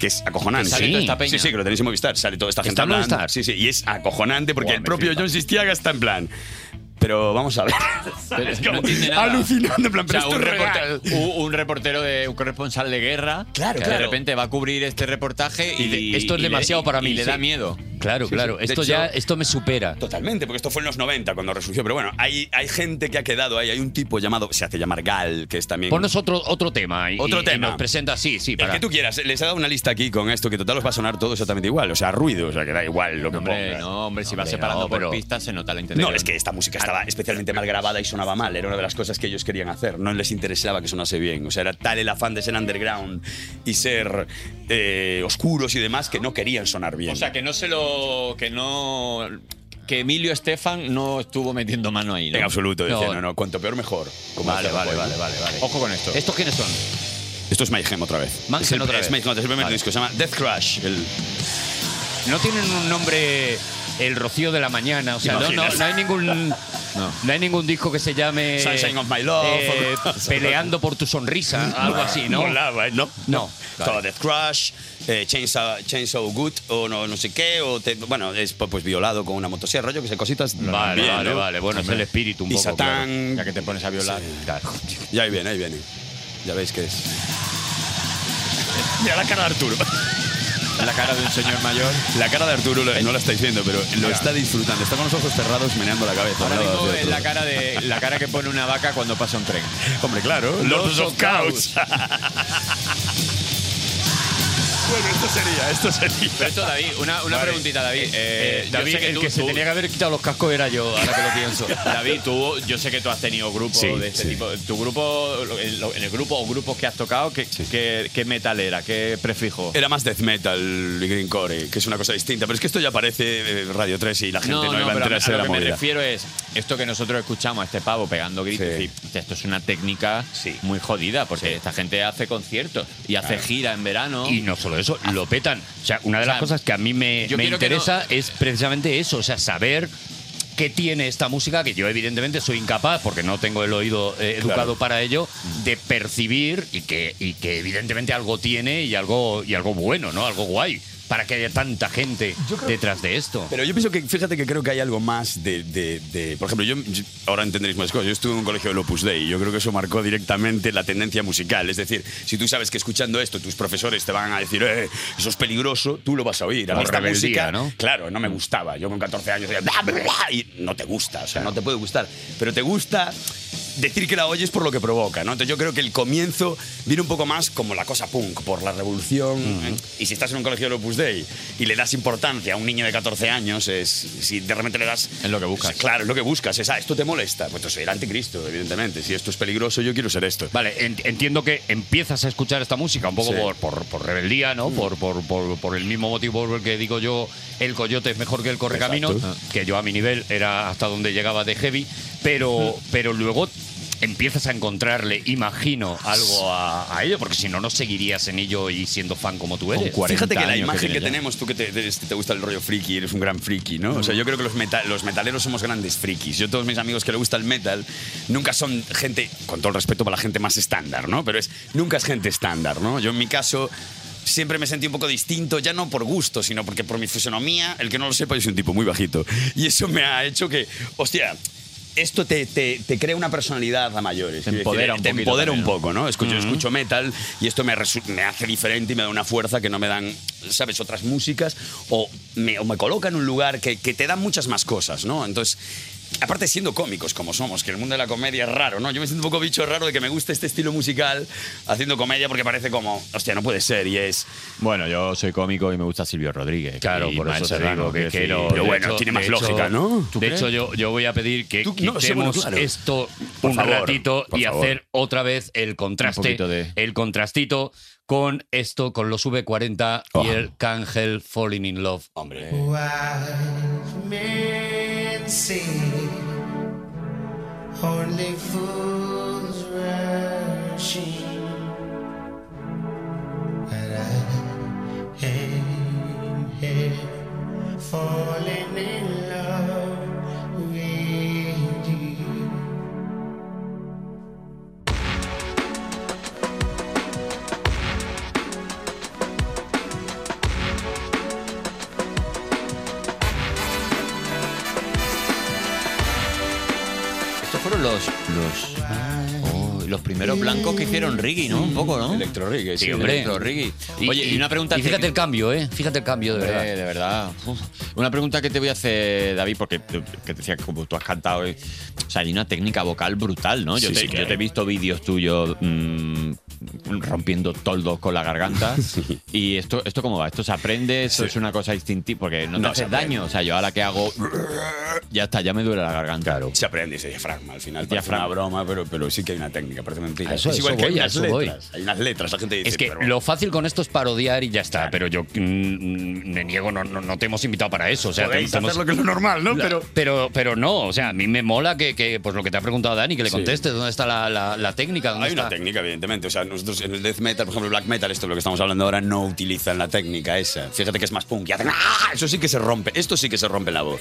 que es acojonante. Que sale toda esta peña. sí, sí, que lo tenéis en Movistar. Sale toda esta gente ¿Está en hablando. Movistar? Sí, sí, y es acojonante porque Buah, el me propio flipa. John Sistiaga está en plan. Pero vamos a ver. Pero Es no como entiende nada. Alucinando, en plan, O sea, pero esto un, es real. reporte- un- un reportero de un corresponsal de guerra Claro, que de claro. repente va a cubrir este reportaje y, Y de- esto es y le- demasiado para mí, y le sí. da miedo. Claro, Sí, claro. sí. De Esto hecho- ya, esto me supera. Totalmente, porque esto fue en los 90 cuando resurgió. Pero bueno, hay, hay gente que ha quedado ahí. Hay un tipo llamado, se hace llamar Gal, que es también. Ponos otro, otro tema. y- Otro y- y tema. nos presenta así, sí. El Para... que tú quieras, les he dado una lista aquí con esto que total os va a sonar todo exactamente igual, o sea, ruido, o sea, que da igual lo que Hombre, pongas. no, hombre, si va Hombre, separando no, pero- por pistas se nota la intención. No, es que esta "Ah, música estaba especialmente mal grabada y sonaba mal. Era una de las cosas que ellos querían hacer. No les interesaba que sonase bien. O sea, era tal el afán de ser underground y ser eh, oscuros y demás que no querían sonar bien. O sea, que no se lo. que no. que Emilio Estefan no estuvo metiendo mano ahí. ¿no? en absoluto. No. decían, No, no, cuanto peor mejor. Como Vale, decía vale, Paul. vale, vale, vale. Ojo con esto. ¿Estos quiénes son? Esto es Mayhem otra vez. Mayhem Es el- otra vez. Es Mayhem, es el primer Vale. disco. Se llama Death Crash. el- No tienen un nombre el Rocío de la Mañana. O sea, no, no, Imaginas. no hay ningún. No hay ningún disco que se llame Sunshine of My Love, eh, o cosas. Peleando por tu sonrisa, algo así, ¿no? Molaba, ¿eh? No. No. Estaba Death Crash, eh, Chainsaw, Chainsaw Good o no, no sé qué, o te- bueno, es pues, pues, violado con una motosierra, yo que sé, cositas. Vale, bien, vale, ¿no? vale. Bueno, es el espíritu un y poco. Satán. claro. te pones a violar. Claro. Y ahí viene, ahí viene. Ya veis qué es. Mira la cara de Arturo. La cara de un señor mayor. La cara de Arturo lo- no la estáis viendo, pero lo está disfrutando. Está con los ojos cerrados meneando la cabeza. Ahora ¿no? mismo Hacia es la Arturo. cara, de, la cara que pone una vaca cuando pasa un tren. Hombre, claro. Los of Chaos. bueno, esto sería, esto sería. Pero esto, David, una, una Vale. preguntita, David. Eh, yo David, sé que el tú- que se tú- tenía que haber quitado los cascos era yo, ahora que lo pienso. David, tú, yo sé que tú has tenido grupos Sí, de este sí. tipo. ¿Tu grupo, lo- en lo- en el grupo o grupos que has tocado, qué, qué- qué metal era? ¿Qué prefijo? Era más death metal y greencore, que es una cosa distinta. Pero es que esto ya parece eh, Radio 3 y la gente no, iba a pero enterarse a de lo la que me movida. refiero es esto que nosotros escuchamos a este pavo pegando gritos. Sí. y, hostia, esto es una técnica muy jodida porque esta gente hace conciertos y hace gira en verano. Y no solo eso, lo petan. O sea, una de O las sea, cosas que a mí me, yo me quiero que interesa es precisamente eso, o sea, saber qué tiene esta música, que yo evidentemente soy incapaz, porque no tengo el oído eh, educado para ello, Mm. de percibir y que, y que evidentemente algo tiene y algo, y algo bueno, ¿no? Algo guay, para que haya tanta gente detrás de esto. Pero yo pienso que, fíjate que creo que hay algo más de. de- de- por ejemplo, yo, yo- ahora entenderéis más cosas. Yo estuve en un colegio del Opus Dei y yo creo que eso marcó directamente la tendencia musical. Es decir, si tú sabes que escuchando esto tus profesores te van a decir, eh, eso es peligroso, tú lo vas a oír. A mí Por esta rebeldía, música, ¿no? claro, no me gustaba. Yo con 14 años decía, "Bla, bla, bla", y no te gusta, o sea, no te puede gustar. Pero te gusta decir que la oyes por lo que provoca, ¿no? Entonces yo creo que el comienzo viene un poco más como la cosa punk, por la revolución. ¿eh? Y si estás en un colegio del Opus Dei y le das importancia a un niño de 14 años, es, si de repente le das... Es lo que buscas. Claro, es lo que buscas. Es, ah, esto te molesta. Pues entonces soy el anticristo, evidentemente. Si esto es peligroso, yo quiero ser esto. Vale, en- entiendo que empiezas a escuchar esta música un poco Sí. Mm. por, por- por rebeldía, ¿no? Por, por- por- por el mismo motivo por el que digo yo, el coyote es mejor que el correcamino, Exacto. que yo a mi nivel era hasta donde llegaba de heavy, pero, Mm. pero luego empiezas a encontrarle, imagino, algo a, a ello, porque si no, no seguirías en ello y siendo fan como tú eres. Fíjate que la 40 años que imagen que, tiene ya. tenemos, tú que te, te- te gusta el rollo friki, eres un gran friki, ¿no? O sea, yo creo que los, meta- los metaleros somos grandes frikis. Yo, todos mis amigos que le gusta el metal, nunca son gente, con todo el respeto para la gente más estándar, ¿no? Pero es, nunca es gente estándar, ¿no? Yo en mi caso. Siempre me sentí un poco distinto, ya no por gusto, sino porque por mi fisonomía, el que no lo sepa, yo soy un tipo muy bajito. Y eso me ha hecho que, hostia, esto te, te- te crea una personalidad a mayores. Te Quiero eh, empodera un te poquito empodera también, un ¿no? poco, ¿no? Escucho, yo escucho metal y esto me, resu- me hace diferente y me da una fuerza que no me dan, ¿sabes? Otras músicas o me, o me coloca en un lugar que, que te da muchas más cosas, ¿no? Entonces, Aparte, siendo cómicos como somos, que el mundo de la comedia es raro, ¿no? Yo me siento un poco bicho raro de que me guste este estilo musical haciendo comedia porque parece como, hostia, no puede ser y es. Bueno, yo soy cómico y me gusta Silvio Rodríguez. Claro, y por Mael eso te Serrano, digo que, que no. quiero decir. pero de bueno, tiene más lógica, ¿no? ¿Tú De crees? hecho, yo, yo voy a pedir que Tú- no, quitemos sí, bueno, claro. esto Por un favor, ratito por y favor. hacer otra vez el Un contraste, poquito de- el contrastito con esto, con los V40 Oh. y el Cangel Falling in Love. Hombre. Wise men say only fools rush in, but I am here falling in love with you. Estos fueron los, los, oh, los primeros blancos que hicieron Riggy, ¿no? Un poco, ¿no? Electro reggae, Sí, sí. hombre. Electro reggae. Oye, y, una pregunta... Y fíjate el técnica. cambio, ¿eh? Fíjate el cambio, de Hombre, verdad. de verdad. Uf. Una pregunta que te voy a hacer, David, porque te- que te decía que como tú has cantado, eh, o sea, hay una técnica vocal brutal, ¿no? Yo, Sí, te, sí que yo hay. te he visto vídeos tuyos mm, rompiendo toldos con la garganta. ¿Y esto, esto cómo va? ¿Esto se aprende? ¿Esto Sí. es una cosa instintiva? Porque no, No, te se hace aprende. daño. O sea, yo ahora que hago, ya está, ya me duele la garganta. Claro. Se aprende ese diafragma al final. Parece Diafragma. una broma, pero, pero sí que hay una técnica, parece mentira. A eso- es a igual eso que hay voy, a unas eso voy. letras. Hay unas letras, la gente dice. Es que pero- lo fácil con esto es parodiar y ya está, pero yo mm, me niego, no, no, no te hemos invitado para eso. O sea, Podéis te- te hemos- hacer lo que es lo normal, ¿no? La- Pero pero, pero no, o sea, a mí me mola que, que, pues lo que te ha preguntado Dani, que le contestes, ¿dónde está la, la- la técnica? ¿Dónde Hay está? una técnica, evidentemente. O sea, nosotros en el death metal, por ejemplo, el black metal, esto de lo que estamos hablando ahora, no utilizan la técnica esa. Fíjate que es más punk y hacen ¡ah! Eso sí que se rompe. Esto sí que se rompe la voz.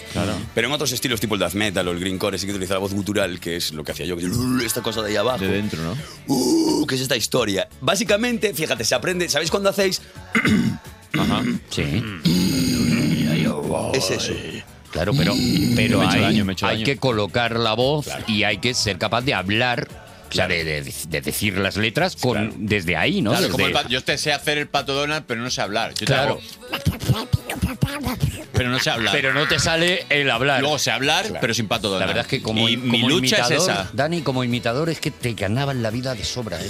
Pero en otros estilos, tipo el death metal o el greencore, sí que utiliza la voz gutural, que es lo que hacía yo. que es, "Uh, Esta cosa de ahí abajo. De dentro, ¿no? Uh, ¿Qué es esta historia? Básicamente, fíjate, se aprende. ¿Sabéis cuándo hacéis? Ajá. Sí, Mm. Es eso. claro, pero, pero Mm. Me he hecho hay, daño, me he hecho hay daño. que colocar la voz y hay que ser capaz de hablar, o sea, de, de- de decir las letras con, desde ahí, ¿no? Claro, Desde- como el pa- yo te sé hacer el pato Donald, pero no sé hablar. Yo te Claro. hago- Pero no sé hablar. pero no te sale el hablar. Luego sé hablar, pero sin pato la Donald. verdad es que como, Y como mi lucha imitador, es esa. Dani, como imitador es que te ganaban la vida de sobra, ¿eh?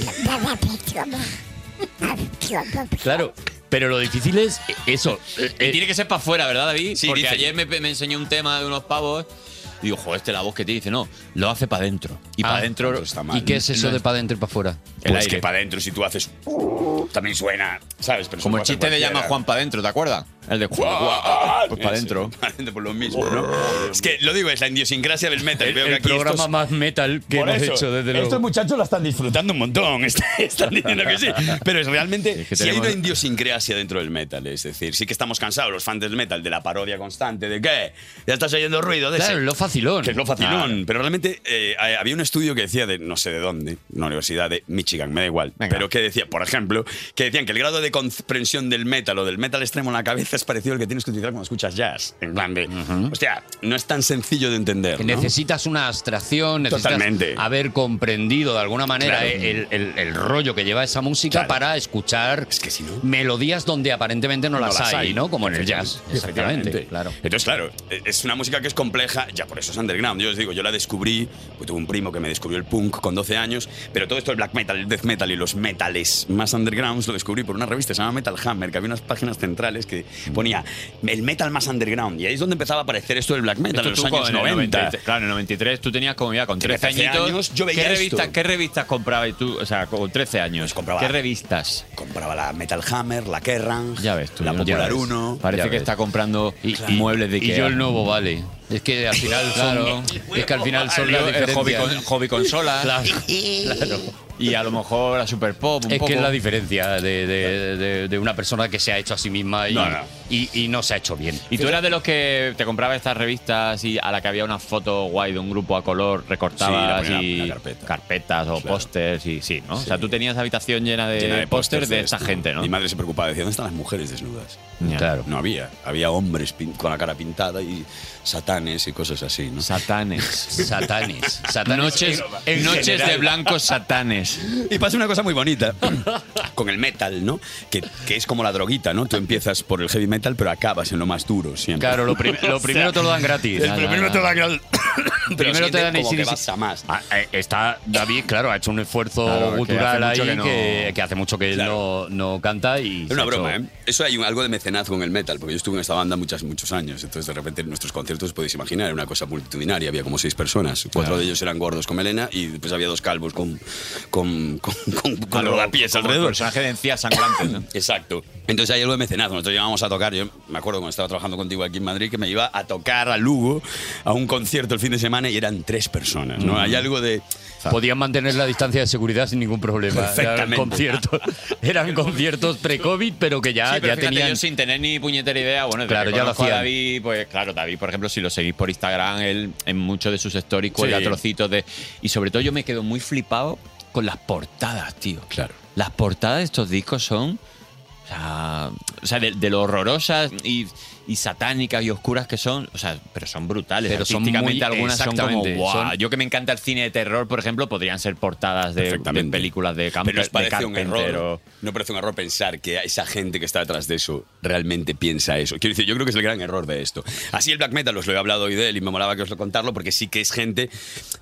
Claro, pero lo difícil es eso. eh, Y eh, tiene que ser para afuera, ¿verdad, David? Sí, Porque dice- ayer me, me enseñó un tema de unos pavos. Y digo, joder, este la voz que te dice, no, lo hace para adentro. Y Ah, para adentro. está mal. ¿Y qué es eso No de para adentro y para afuera? Pues aire. que para adentro, si tú haces. "Uh", también suena, ¿sabes? Pero eso Como puede el hacer chiste de llama cualquiera. Juan para adentro, ¿te acuerdas? El de Juan. Juan, Pues para adentro. Para adentro por lo mismo, ¿no? Es que lo digo, es la idiosincrasia del metal. Veo que El aquí programa estos- más metal que Por hemos eso, hecho desde Estos luego. muchachos la están disfrutando un montón. est- Están diciendo que sí. Pero es realmente. Es que sí tenemos- hay una idiosincrasia dentro del metal. Es decir, sí que estamos cansados, los fans del metal, de la parodia constante, de que ya estás oyendo ruido de Claro, ese". lo facilón. Que es lo facilón. Pero realmente eh, ha- había un estudio que decía de no sé de dónde, una universidad de Michigan, me da igual. Venga. Pero que decía, por ejemplo, que decían que el grado de comprensión del metal o del metal extremo en la cabeza es parecido al que tienes que utilizar cuando escuchas jazz. En plan de. Hostia, no es tan sencillo de entender. Que ¿no? Necesitas una abstracción, necesitas Totalmente. haber comprendido de alguna manera eh, Claro. el, el- el rollo que lleva esa música Claro. para escuchar Es que si no- melodías donde aparentemente no, No las, las hay, hay. ¿no? Como en el jazz. Exactamente, claro. Entonces, claro, e- es una música que es compleja, ya por eso es underground. Yo os digo, yo la descubrí, pues tuve un primo que me descubrió el punk con 12 años, pero todo esto del black metal, el death metal y los metales más undergrounds lo descubrí por una revista que se llama Metal Hammer, que había unas páginas centrales que ponía el metal más underground, y ahí es donde empezaba a aparecer esto del black metal en los tú años con- en el 90. 93, claro, en el 93 tú tenías como ya con 13 13 añitos. años, yo veía ¿qué, esto. revistas, ¿Qué revistas comprabas tú? O sea, con 13 años. Pues compraba- ¿Qué revistas? Compraba la Metal Hammer, la Kerrang, Ya ves tú. la yo no te Popular ves. 1. Parece Ya que ves. está comprando y- muebles de y Ikea. yo el nuevo vale. Es que al final son, Claro. es que al final son las El hobby, diferencias. con- hobby consola. Claro. Y a lo mejor la Super Pop. Un Es poco. que es la diferencia de, de- de- de una persona que se ha hecho a sí misma y No, no. y- y no se ha hecho bien. ¿Y tú eras de los que te compraba estas revistas y a la que había una foto guay de un grupo a color, recortabas Sí, la primera- y la carpeta. carpetas o pósters y sí, ¿no? O sea, tú tenías habitación llena Eh, de, llena pósters de esto. esta gente, ¿no? Mi madre se preocupaba, decía, ¿dónde están las mujeres desnudas? Ya. Claro. No había. Había hombres pin- con la cara pintada y satanes y cosas así, ¿no? Satanes. Satanes. Satanes. Noches, en- en noches general. de blancos satanes. canciones. Y pasa una cosa muy bonita con el metal, ¿no? Que, que es como la droguita, ¿no? Tú empiezas por el heavy metal, pero acabas en lo más duro siempre. Claro, lo, prim- lo O sea, primero te lo dan gratis. El primero te lo dan gratis. Pero primero te sientes dan como que AC/DC. vas a más. Ah, eh, Está David, claro, ha hecho un esfuerzo Claro, que cultural hace mucho ahí que no- que, que hace mucho que él no, no canta y. Es se una ha hecho- broma, ¿eh? Eso hay un- algo de mecenazgo en el metal, porque yo estuve en esta banda muchas, muchos años, entonces de repente en nuestros conciertos podéis imaginar, era una cosa multitudinaria, había como seis personas, cuatro Claro. de ellos eran gordos con melena y después había dos calvos con, con, con, con, con Algo rodapiés como alrededor. personaje de encías sangrantes, ¿no? Exacto. Entonces hay algo de mecenazgo, nosotros llegábamos a tocar, yo me acuerdo cuando estaba trabajando contigo aquí en Madrid que me iba a tocar a Lugo a un concierto el fin de semana y eran tres personas, ¿no? Mm. Hay algo de... Podían mantener la distancia de seguridad sin ningún problema. Eran Perfectamente. conciertos, eran conciertos pre-COVID, pero que ya, Sí, pero ya fíjate, tenían. yo sin tener ni puñetera idea, bueno, desde Claro, que ya lo conozco a hacían. David, pues claro, David, por ejemplo, si lo seguís por Instagram, él en muchos de sus stories Sí. cuelga trocitos de y sobre todo yo me quedo muy flipado con las portadas, tío. Claro. Las portadas de estos discos son o sea, o sea, de, de lo horrorosas y, y satánicas y oscuras que son, o sea, pero son brutales. Pero son Artísticamente muy- algunas son como, exactamente, "Guau". son- Yo que me encanta el cine de terror, por ejemplo, podrían ser portadas de, de Perfectamente. películas de, campo Pero nos de parece un Carpenter o- error. No parece un error pensar que esa gente que está detrás de eso realmente piensa eso. Quiero decir, yo creo que es el gran error de esto. Así el black metal, os lo he hablado hoy de él y me molaba que os lo contarlo porque sí que es gente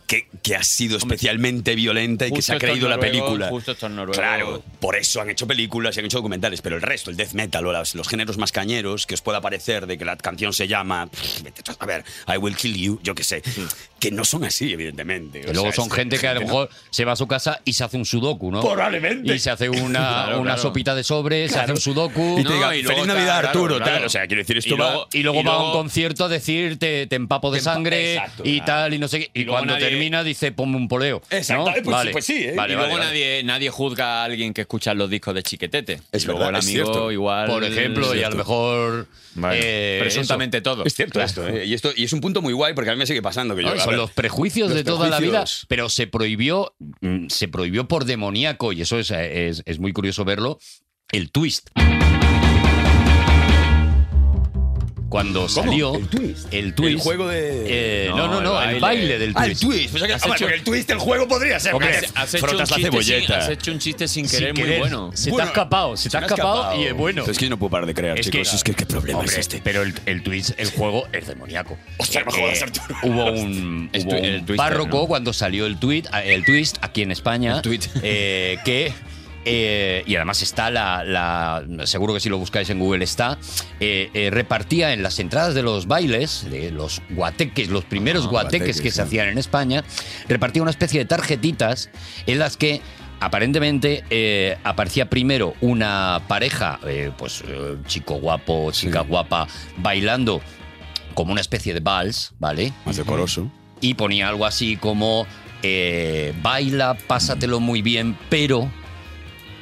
que, que ha sido especialmente violenta y que Justo se ha estos creído la noruegos- película. Justo estos noruegos. Claro, por eso han hecho películas y han hecho documentales, pero el resto, el death metal o las- los géneros más cañeros que os pueda parecer de que la canción se llama, vete tú a ver, I Will Kill You, yo qué sé, que no son así, evidentemente. Y luego son gente que a lo mejor se va a su casa y se hace un sudoku, ¿no? Probablemente. Y se hace una, Claro, una claro. sopita de sobre, se hace un sudoku. Y te No, diga, luego "Feliz está- Navidad, claro, Arturo", claro. tal. O sea, quiero decir, esto y va- luego, y luego y va a luego- un concierto a decir, te, te empapo de Te empa- sangre Exacto, y claro. tal, y no sé qué. Y, luego cuando nadie- termina, dice, ponme un poleo. Exacto, ¿no? eh, pues- pues sí, ¿eh? Vale, vale, y luego vale. Nadie, nadie juzga a alguien que escucha los discos de Chiquetete. Es y luego verdad, el es amigo cierto. igual. Por ejemplo, y a lo mejor. eh, presuntamente eso. todo. Es cierto esto, ¿eh? y esto y es un punto muy guay porque a mí me sigue pasando que yo No, y a son ver, los prejuicios los de toda la vida, prejuicios. pero se prohibió, mm, se prohibió por demoníaco, y eso es, es- es muy curioso verlo, el twist. Cuando salió el twist, El juego de eh, no, no, no, el baile, del Ah, twist. el twist. pues, Pensaba que- Has ah, vale, hecho- porque el twist del juego podría ser. Hombre, que has hecho frotas un la chiste sin- cebolleta. has hecho un chiste sin querer muy bueno. Se te ha escapado, se te ha me ha escapado y es bueno. Pero Es que yo no puedo parar de creer, Es que- Ah, chicos. Es que qué problema Hombre, es este. Pero el, el twist, el juego es demoníaco. Eh, Hostia, no me jodas, Arturo. Hubo un, Es hubo tu- un el twister, párroco ¿no? cuando salió el tweet, el twist aquí en España, eh, que eh, y además está la, la- seguro que si lo buscáis en Google está eh, eh, repartía en las entradas de los bailes, de los guateques, los primeros Ah, guateques, guateques, que se sí. hacían hacían en España, repartía una especie de tarjetitas en las que aparentemente eh, aparecía primero una pareja, eh, pues eh, chico guapo, chica guapa, bailando como una especie de vals, ¿vale? Más decoroso. Y ponía algo así como, eh, baila, pásatelo muy bien, pero...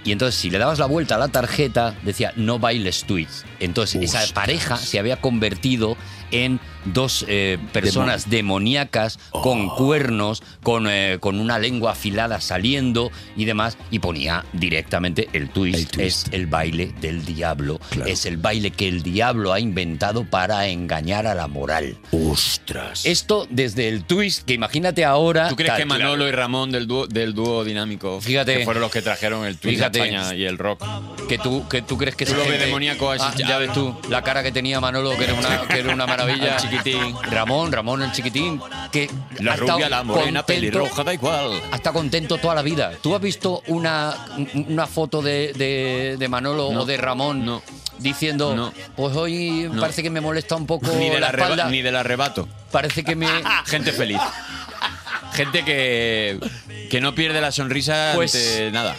Y entonces si le dabas la vuelta a la tarjeta, decía, no bailes tú. Entonces esa pareja se había convertido en dos eh, personas demoníacas con cuernos, con, eh, con una lengua afilada saliendo y demás. Y ponía directamente el twist. Es el baile del diablo. Es el baile que el diablo ha inventado para engañar a la moral. ¡Ostras! Esto desde el twist, que imagínate ahora... ¿Tú crees tal, que Manolo y Ramón del dúo, del dúo dinámico Fíjate. que fueron los que trajeron el twist Fíjate. a España y el rock? Que tú, que tú crees que Tú esa lo ves gente- demoníaco, así, Ah, ya ves tú. La cara que tenía Manolo, que era una, que era una maravilla. El chiquitín. Ramón, Ramón el chiquitín. Que La ha rubia, estado la morena, pelirroja, da igual. Ha estado contento toda la vida. ¿Tú has visto una, una foto de, de- de Manolo No. o de Ramón diciendo, pues hoy No. parece que me molesta un poco Ni, del la arreba- espalda? ni del arrebato. Parece que me... Gente feliz. Gente que, que no pierde la sonrisa Pues- ante nada.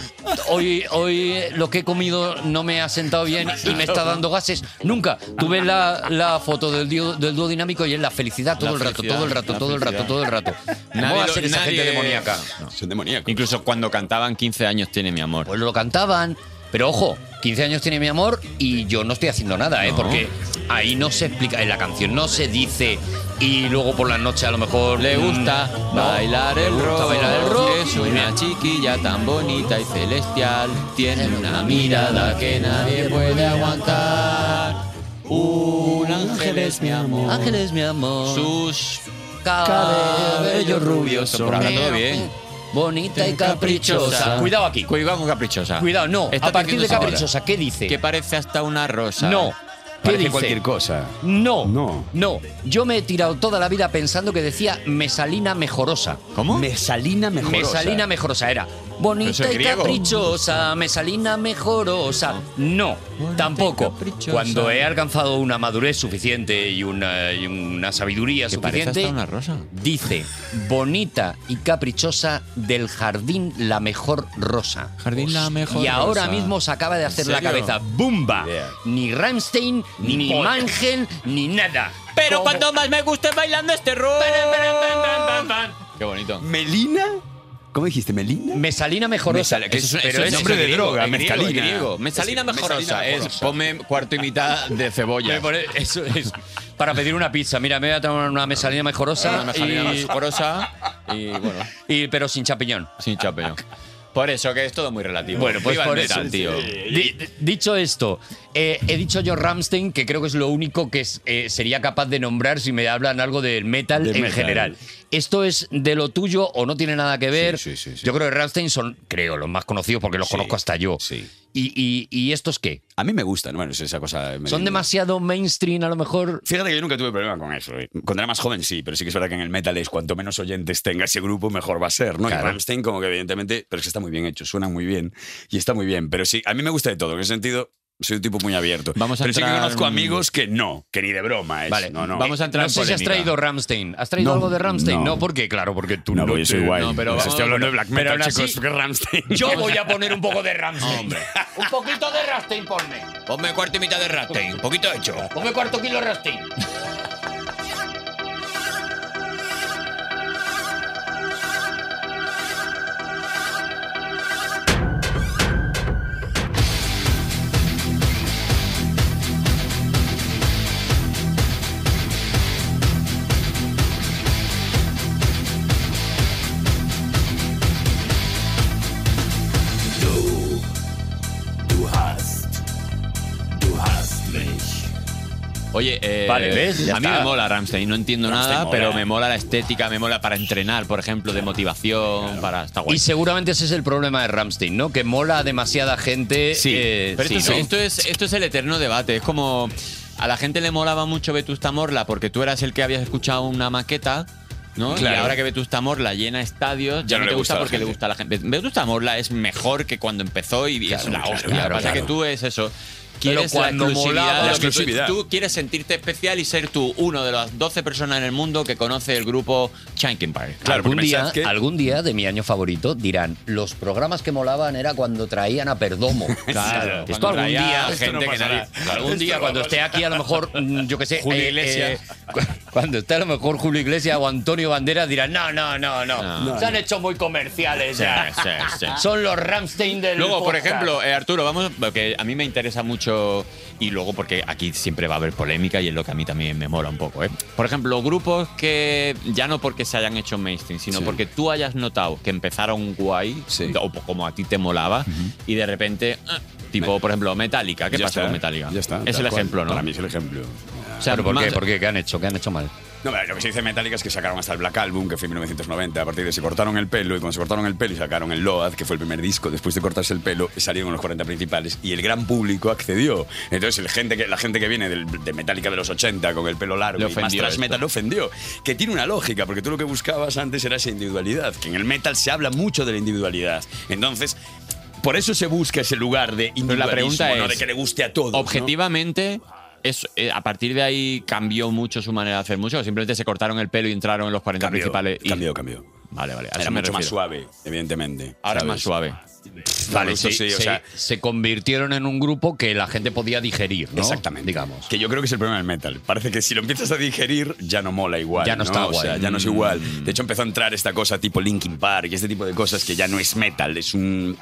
Hoy, hoy lo que he comido no me ha sentado bien y me está dando gases. Nunca. Tú ves la, la foto del dúo, del dúo dinámico y es la felicidad todo La el rato, felicidad, todo el rato, la todo el rato, felicidad. todo el rato. ¿Cómo Nadie va a lo- ser esa gente nadie- demoníaca? Son demoníacos. Incluso cuando cantaban 15 años tiene mi amor. Pues lo cantaban, pero ojo, 15 años tiene mi amor y yo no estoy haciendo nada, ¿eh? No. Porque ahí no se explica, en la canción no se dice y luego por la noche a lo mejor Le gusta mm, no, bailar le el gusta rock. bailar el rock. Es una chiquilla tan bonita y celestial. Tiene una mirada que nadie puede aguantar. Un ángel es mi amor. Ángeles, mi amor. Sus Cabellos cabellos rubios. rubios Por ahora todo bien. bonita y caprichosa. Cuidado aquí. Cuidado con caprichosa. Cuidado, no. Está a partir de diciendo ahora caprichosa, ¿qué dice? Que parece hasta una rosa. No. ¿Qué Parece dice? cualquier cosa. No. No. No. Yo me he tirado toda la vida pensando que decía mesalina mejorosa. ¿Cómo? Mesalina mejorosa. Mesalina mejorosa era. Eso Bonita es y griego. caprichosa, mesalina mejorosa. No, tampoco. Cuando he alcanzado una madurez suficiente y una, y una sabiduría Que parece suficiente, hasta una rosa. dice bonita y caprichosa del jardín la mejor rosa. Jardín la mejor Y ahora rosa. mismo se acaba de ¿En hacer la serio? cabeza. ¡Bumba! Ni Rammstein, ni, Ni Paul. Mangel, ni nada. Pero Como- cuanto más me guste bailando este rol. Qué bonito. ¿Melina? ¿Cómo dijiste? ¿Melina? Mesalina mejorosa. Mesal- que eso es- Pero eso es es- nombre es de griego, droga, es griego, mezcalina. es griego. Mezcalina Es- mezcalina mejorosa, es mejorosa. ponme cuarto y mitad de cebolla. Me pone- eso es. Para pedir una pizza. Mira, me voy a tomar una mesalina mejorosa. Una Ah, mesalina y- mejorosa y bueno. y- pero sin champiñón. Sin chapeño. Por eso que es todo muy relativo. Bueno, pues Viva el por metal, eso. tío. Di- di- dicho esto, eh, he dicho yo Ramstein, que creo que es lo único que es- eh, sería capaz de nombrar si me hablan algo del metal Del en metal. general. ¿Esto es de lo tuyo o no tiene nada que ver? Sí, sí, sí, sí. Yo creo que Ramstein son, creo, los más conocidos porque los Sí, conozco hasta yo. sí. ¿Y, y, y estos qué? A mí me gustan, bueno, es esa cosa. me- ¿Son demasiado mainstream a lo mejor? Fíjate que yo nunca tuve problema con eso. eh. Cuando era más joven sí, pero sí que es verdad que en el metal es cuanto menos oyentes tenga ese grupo, mejor va a ser, ¿no? Claro. Y Rammstein como que evidentemente, pero es que está muy bien hecho, suena muy bien y está muy bien, pero sí, a mí me gusta de todo, en ese sentido soy un tipo muy abierto. Vamos a pero sí que entrar- conozco amigos que no, que ni de broma es. Vale, no, no. Vamos a entrar No en sé si has polémica. traído Ramstein. ¿Has traído No, algo de Ramstein? no. No. ¿por qué? Claro, porque tú No, no, porque yo te- soy guay. no, pero pero vamos- estoy hablando de black pero metal, aún así- chicos, que Rammstein. Yo voy a poner un poco de Ramstein. Un poquito de Ramstein, ponme. Ponme cuarto y mitad de Rammstein, un poquito hecho. Ponme cuarto kilo de Ramstein. Du, du hast, du hast mich. Oye, eh, Vale, ¿ves? Ya a mí está. me mola Ramstein, no entiendo Rammstein nada, mola. pero me mola la estética, me mola para entrenar, por ejemplo, de motivación, para está guay. Y seguramente ese es el problema de Ramstein, ¿no? Que mola a demasiada gente. Sí, eh, pero sí, esto, ¿no? es, esto, es, esto es el eterno debate. Es como a la gente le molaba mucho Vetusta Morla porque tú eras el que habías escuchado una maqueta. ¿no? Claro. Y ahora que Vetusta Morla llena estadios, Ya ya, no no, le te gusta a gusta la porque le gente. gusta a la gente. Vetusta Morla es mejor que cuando empezó y es la hostia. Lo que claro, pasa es claro. que tú es eso. Pero Quieres cuando la exclusividad, molaba- lo La que tú- exclusividad. Tú, quieres sentirte especial y ser tú uno de las 12 personas en el mundo que conoce el grupo Chankin Park. Claro, algún, porque día, pensad que- algún día de mi año favorito dirán, los programas que molaban era cuando traían a Perdomo. Claro, esto cuando algún traía día, gente esto no que pasará. nadie- claro. algún día cuando esté aquí a lo mejor, mm, yo qué sé, Julio Iglesias. cu- cuando esté a lo mejor Julio Iglesias o Antonio Banderas dirán, no, no, no, no, No. se han hecho muy comerciales Sí, ya. sí, sí. Son los Ramstein del Luego, por podcast". ejemplo, eh, Arturo, vamos, porque a mí me interesa mucho y luego porque aquí siempre va a haber polémica y es lo que a mí también me mola un poco. ¿eh? Por ejemplo, grupos que ya no porque se hayan hecho mainstream, sino Sí. porque tú hayas notado que empezaron guay Sí. o po- como a ti te molaba y de repente, eh, tipo, por ejemplo, Metallica. ¿Qué Ya pasa está, con Metallica? Ya está. Es tal el cual. ejemplo, ¿no? Para mí es el ejemplo. O sea, Claro, ¿por qué? más- ¿Por qué? ¿Qué han hecho? ¿Qué han hecho mal? No, pero lo que se dice en Metallica es que sacaron hasta el Black Album, que fue en 1990. A partir de se cortaron el pelo, y cuando se cortaron el pelo y sacaron el Load, que fue el primer disco, después de cortarse el pelo, salieron los 40 principales y el gran público accedió. Entonces, el gente que, la gente que viene del- de Metallica de los 80 con el pelo largo Le y más ofendió tras esto. metal lo ofendió. Que tiene una lógica, porque tú lo que buscabas antes era esa individualidad, que en el metal se habla mucho de la individualidad. Entonces. Por eso se busca ese lugar de individualismo, Pero la pregunta no es, de que le guste a todos. ¿no? Objetivamente, es, eh, a partir de ahí cambió mucho su manera de hacer mucho. o Simplemente se cortaron el pelo y entraron en los 40 Cambió, principales. eh, y- cambió, cambió. Vale, vale. a eso Era me mucho más refiero. suave, evidentemente. Ahora es más ¿sabes? suave. Por sí, gusto, sí, o se, sea, se convirtieron en un grupo que la gente podía digerir, ¿no? Exactamente. Digamos. Que yo creo que es el problema del metal. Parece que si lo empiezas a digerir, ya no mola igual. Ya no está o guay. Mm. sea, ya no es igual. De hecho, empezó a entrar esta cosa tipo Linkin Park y este tipo de cosas que ya no es metal, es un.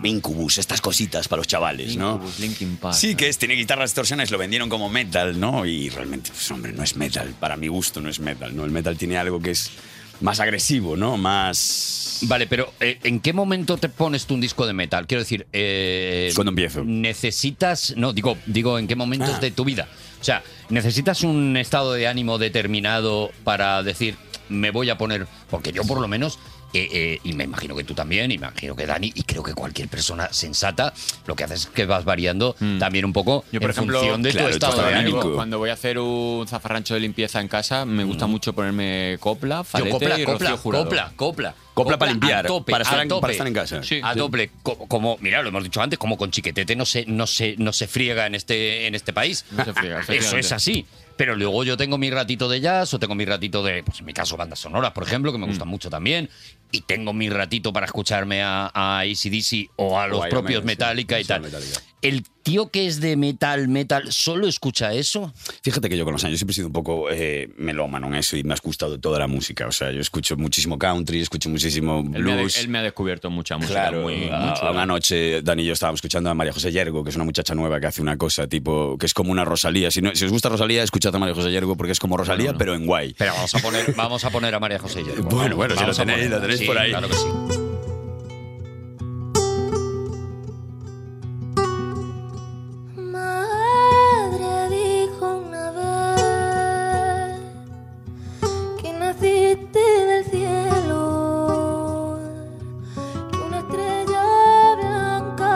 Incubus, estas cositas para los chavales, ¿no? Incubus, Linkin Park. Sí, que es, tiene guitarras torsiones, lo vendieron como metal, ¿no? Y realmente, pues hombre, no es metal. Para mi gusto no es metal, ¿no? El metal tiene algo que es más agresivo, ¿no? Más... Vale, pero eh, ¿en qué momento te pones tú un disco de metal? Quiero decir, eh, ¿Cuándo empiezo? Necesitas, no, digo, digo, ¿en qué momentos Ah. de tu vida? O sea, necesitas un estado de ánimo determinado para decir, me voy a poner, porque yo por lo menos eh, eh, y me imagino que tú también, imagino que Dani, y creo que cualquier persona sensata, lo que haces es que vas variando también un poco Mm. Yo, en por ejemplo, función de claro, tu estado de ánimo. ánimo. Cuando voy a hacer un zafarrancho de limpieza en casa, me gusta Mm. mucho ponerme copla, falete copla, y copla, Rocío Jurado. copla, copla. Copla para limpiar, a tope, para estar a en- tope. para estar en casa. Sí, a sí. doble, co- como, mira, lo hemos dicho antes, como con chiquetete no se, no se, no se friega en este, en este país. No se friega, Eso es efectivamente. así. Pero luego yo tengo mi ratito de jazz o tengo mi ratito de, pues en mi caso, bandas sonoras, por ejemplo, Mm. que me gustan mucho también. Y tengo mi ratito para escucharme a, a ACDC o a los Iron propios Maiden, sí. Metallica y Sí, tal. Metallica. El tío que es de metal, metal, solo escucha eso. Fíjate que yo con los años siempre he sido un poco eh, melómano en eso y me has gustado toda la música. O sea, yo escucho muchísimo country, escucho muchísimo Él me, ha, blues. de- él me ha descubierto mucha música Claro, muy, a- muy chula. una noche Dani y yo estábamos escuchando a María José Yergo, que es una muchacha nueva que hace una cosa tipo que es como una Rosalía. Si, no, si os gusta Rosalía, escuchad a María José Yergo porque es como Rosalía, pero en guay. Pero vamos a poner, vamos a, poner a María José Yergo. Bueno, bueno, si Vamos lo a tenéis, ponerla, lo tenéis sí, por ahí. Claro que sí. Madre dijo una vez que naciste del cielo, que una estrella blanca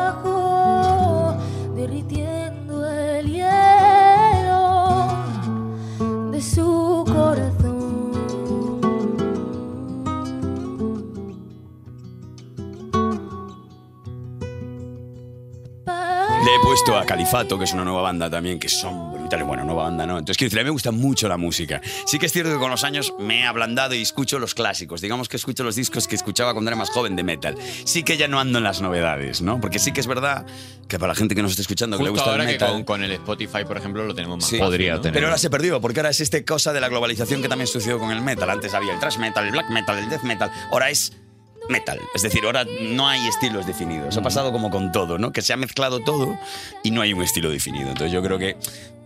bajó derritiendo el hielo de su corazón. Le he puesto a Califato, que es una nueva banda también, que son brutales. Bueno, nueva banda, ¿no? Entonces, quiero decir, a mí me gusta mucho la música. Sí que es cierto que con los años me he ablandado y escucho los clásicos. Digamos que escucho los discos que escuchaba cuando era más joven de metal. Sí que ya no ando en las novedades, ¿no? Porque sí que es verdad que para la gente que nos está escuchando, que le Justo gusta ahora el que metal... con, con el Spotify, por ejemplo, lo tenemos más Sí. fácil, ¿no? Pero ahora se perdió, porque ahora es esta cosa de la globalización que también sucedió con el metal. Antes había el thrash metal, el black metal, el death metal. Ahora es metal. Es decir, ahora no hay estilos definidos. Ha pasado como con todo, ¿no? Que se ha mezclado todo y no hay un estilo definido. Entonces yo creo que.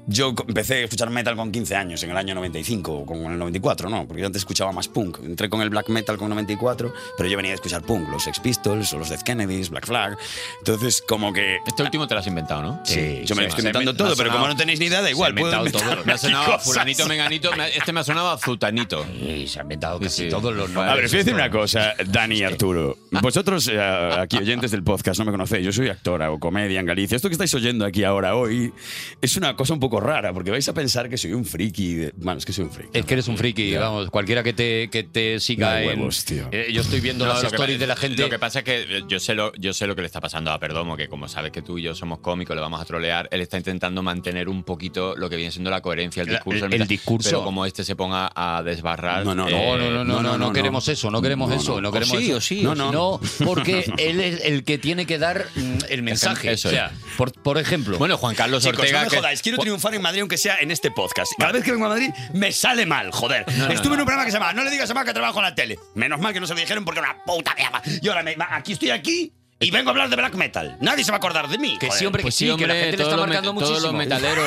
Yo co- empecé a escuchar metal con 15 años, en el año 95 o con el 94, ¿no? Porque yo antes escuchaba más punk. Entré con el black metal con 94, pero yo venía de escuchar punk, los Sex Pistols o los Death Kennedys, Black Flag. Entonces, como que. Este último te lo has inventado, ¿no? Sí, yo me lo estoy inventando todo, pero como no tenéis ni idea, da igual. Me, ha puedo sonado- se ha inventado inventarme todo. me ha sonado a cosas. fulanito, menganito. me ha- Este me ha sonado a zutanito. Sí, se ha inventado casi todos los nombres. A ver, os voy a decir una cosa, Dani y Arturo. Vosotros, eh, aquí oyentes del podcast, no me conocéis. Yo soy actor, hago comedia en Galicia. Esto que estáis oyendo aquí ahora, hoy, es una cosa un poco rara, porque vais a pensar que soy un friki. de- Bueno, es que soy un friki. Es que eres un friki, Ya. vamos, cualquiera que te, que te siga No hay en- huevos, tío. Eh, yo estoy viendo No, las lo que stories pa- de la gente. Lo que pasa es que yo sé lo, yo sé lo que le está pasando a Perdomo, que como sabes que tú y yo somos cómicos, le vamos a trolear, él está intentando mantener un poquito lo que viene siendo la coherencia, el La- discurso. el- meta- el discurso. Pero como este se ponga a desbarrar. No, no, no, eh, no, no, no, no, no queremos eso, no queremos eso, no O queremos sí, eso. o sí, no, o sí. no, no, porque él es el que tiene que dar mm, el mensaje. Eso o sea, por, por ejemplo. Bueno, Juan Carlos Chicos, Ortega. no me que- jodáis, quiero triunfar en Madrid aunque sea en este podcast. Cada vez que vengo a Madrid me sale mal, joder. no, Estuve en no. un programa que se llama No le digas a mamá que trabajo en la tele. Menos mal que no se me dijeron porque era una puta mierda. Y ahora me- aquí estoy aquí y vengo a hablar de black metal. Nadie se va a acordar de mí. Que joder. sí, hombre, que Pues sí, que la hombre, gente le todo está lo marcando me- todo muchísimo. lo metalero.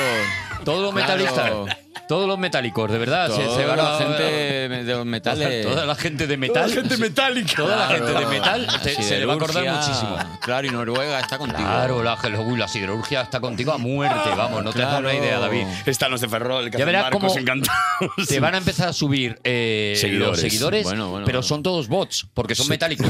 Todos los Claro. metalistas. Todos los metálicos, de verdad. se- Toda se van la a- gente de los metales. Toda la gente de metal. metálica. Toda la gente de Claro. metal te- se le va a acordar Siderurgia, muchísimo. Claro, y Noruega está contigo. Claro, la, uy, la siderurgia está contigo a muerte, vamos, no te das una Claro. idea, David. Están los de Ferrol, que Ya hacen verás barcos cómo encantados. Te van a empezar a subir eh, Seguidores. los seguidores, Bueno, bueno, pero bueno. son todos bots, porque son Sí. metálicos.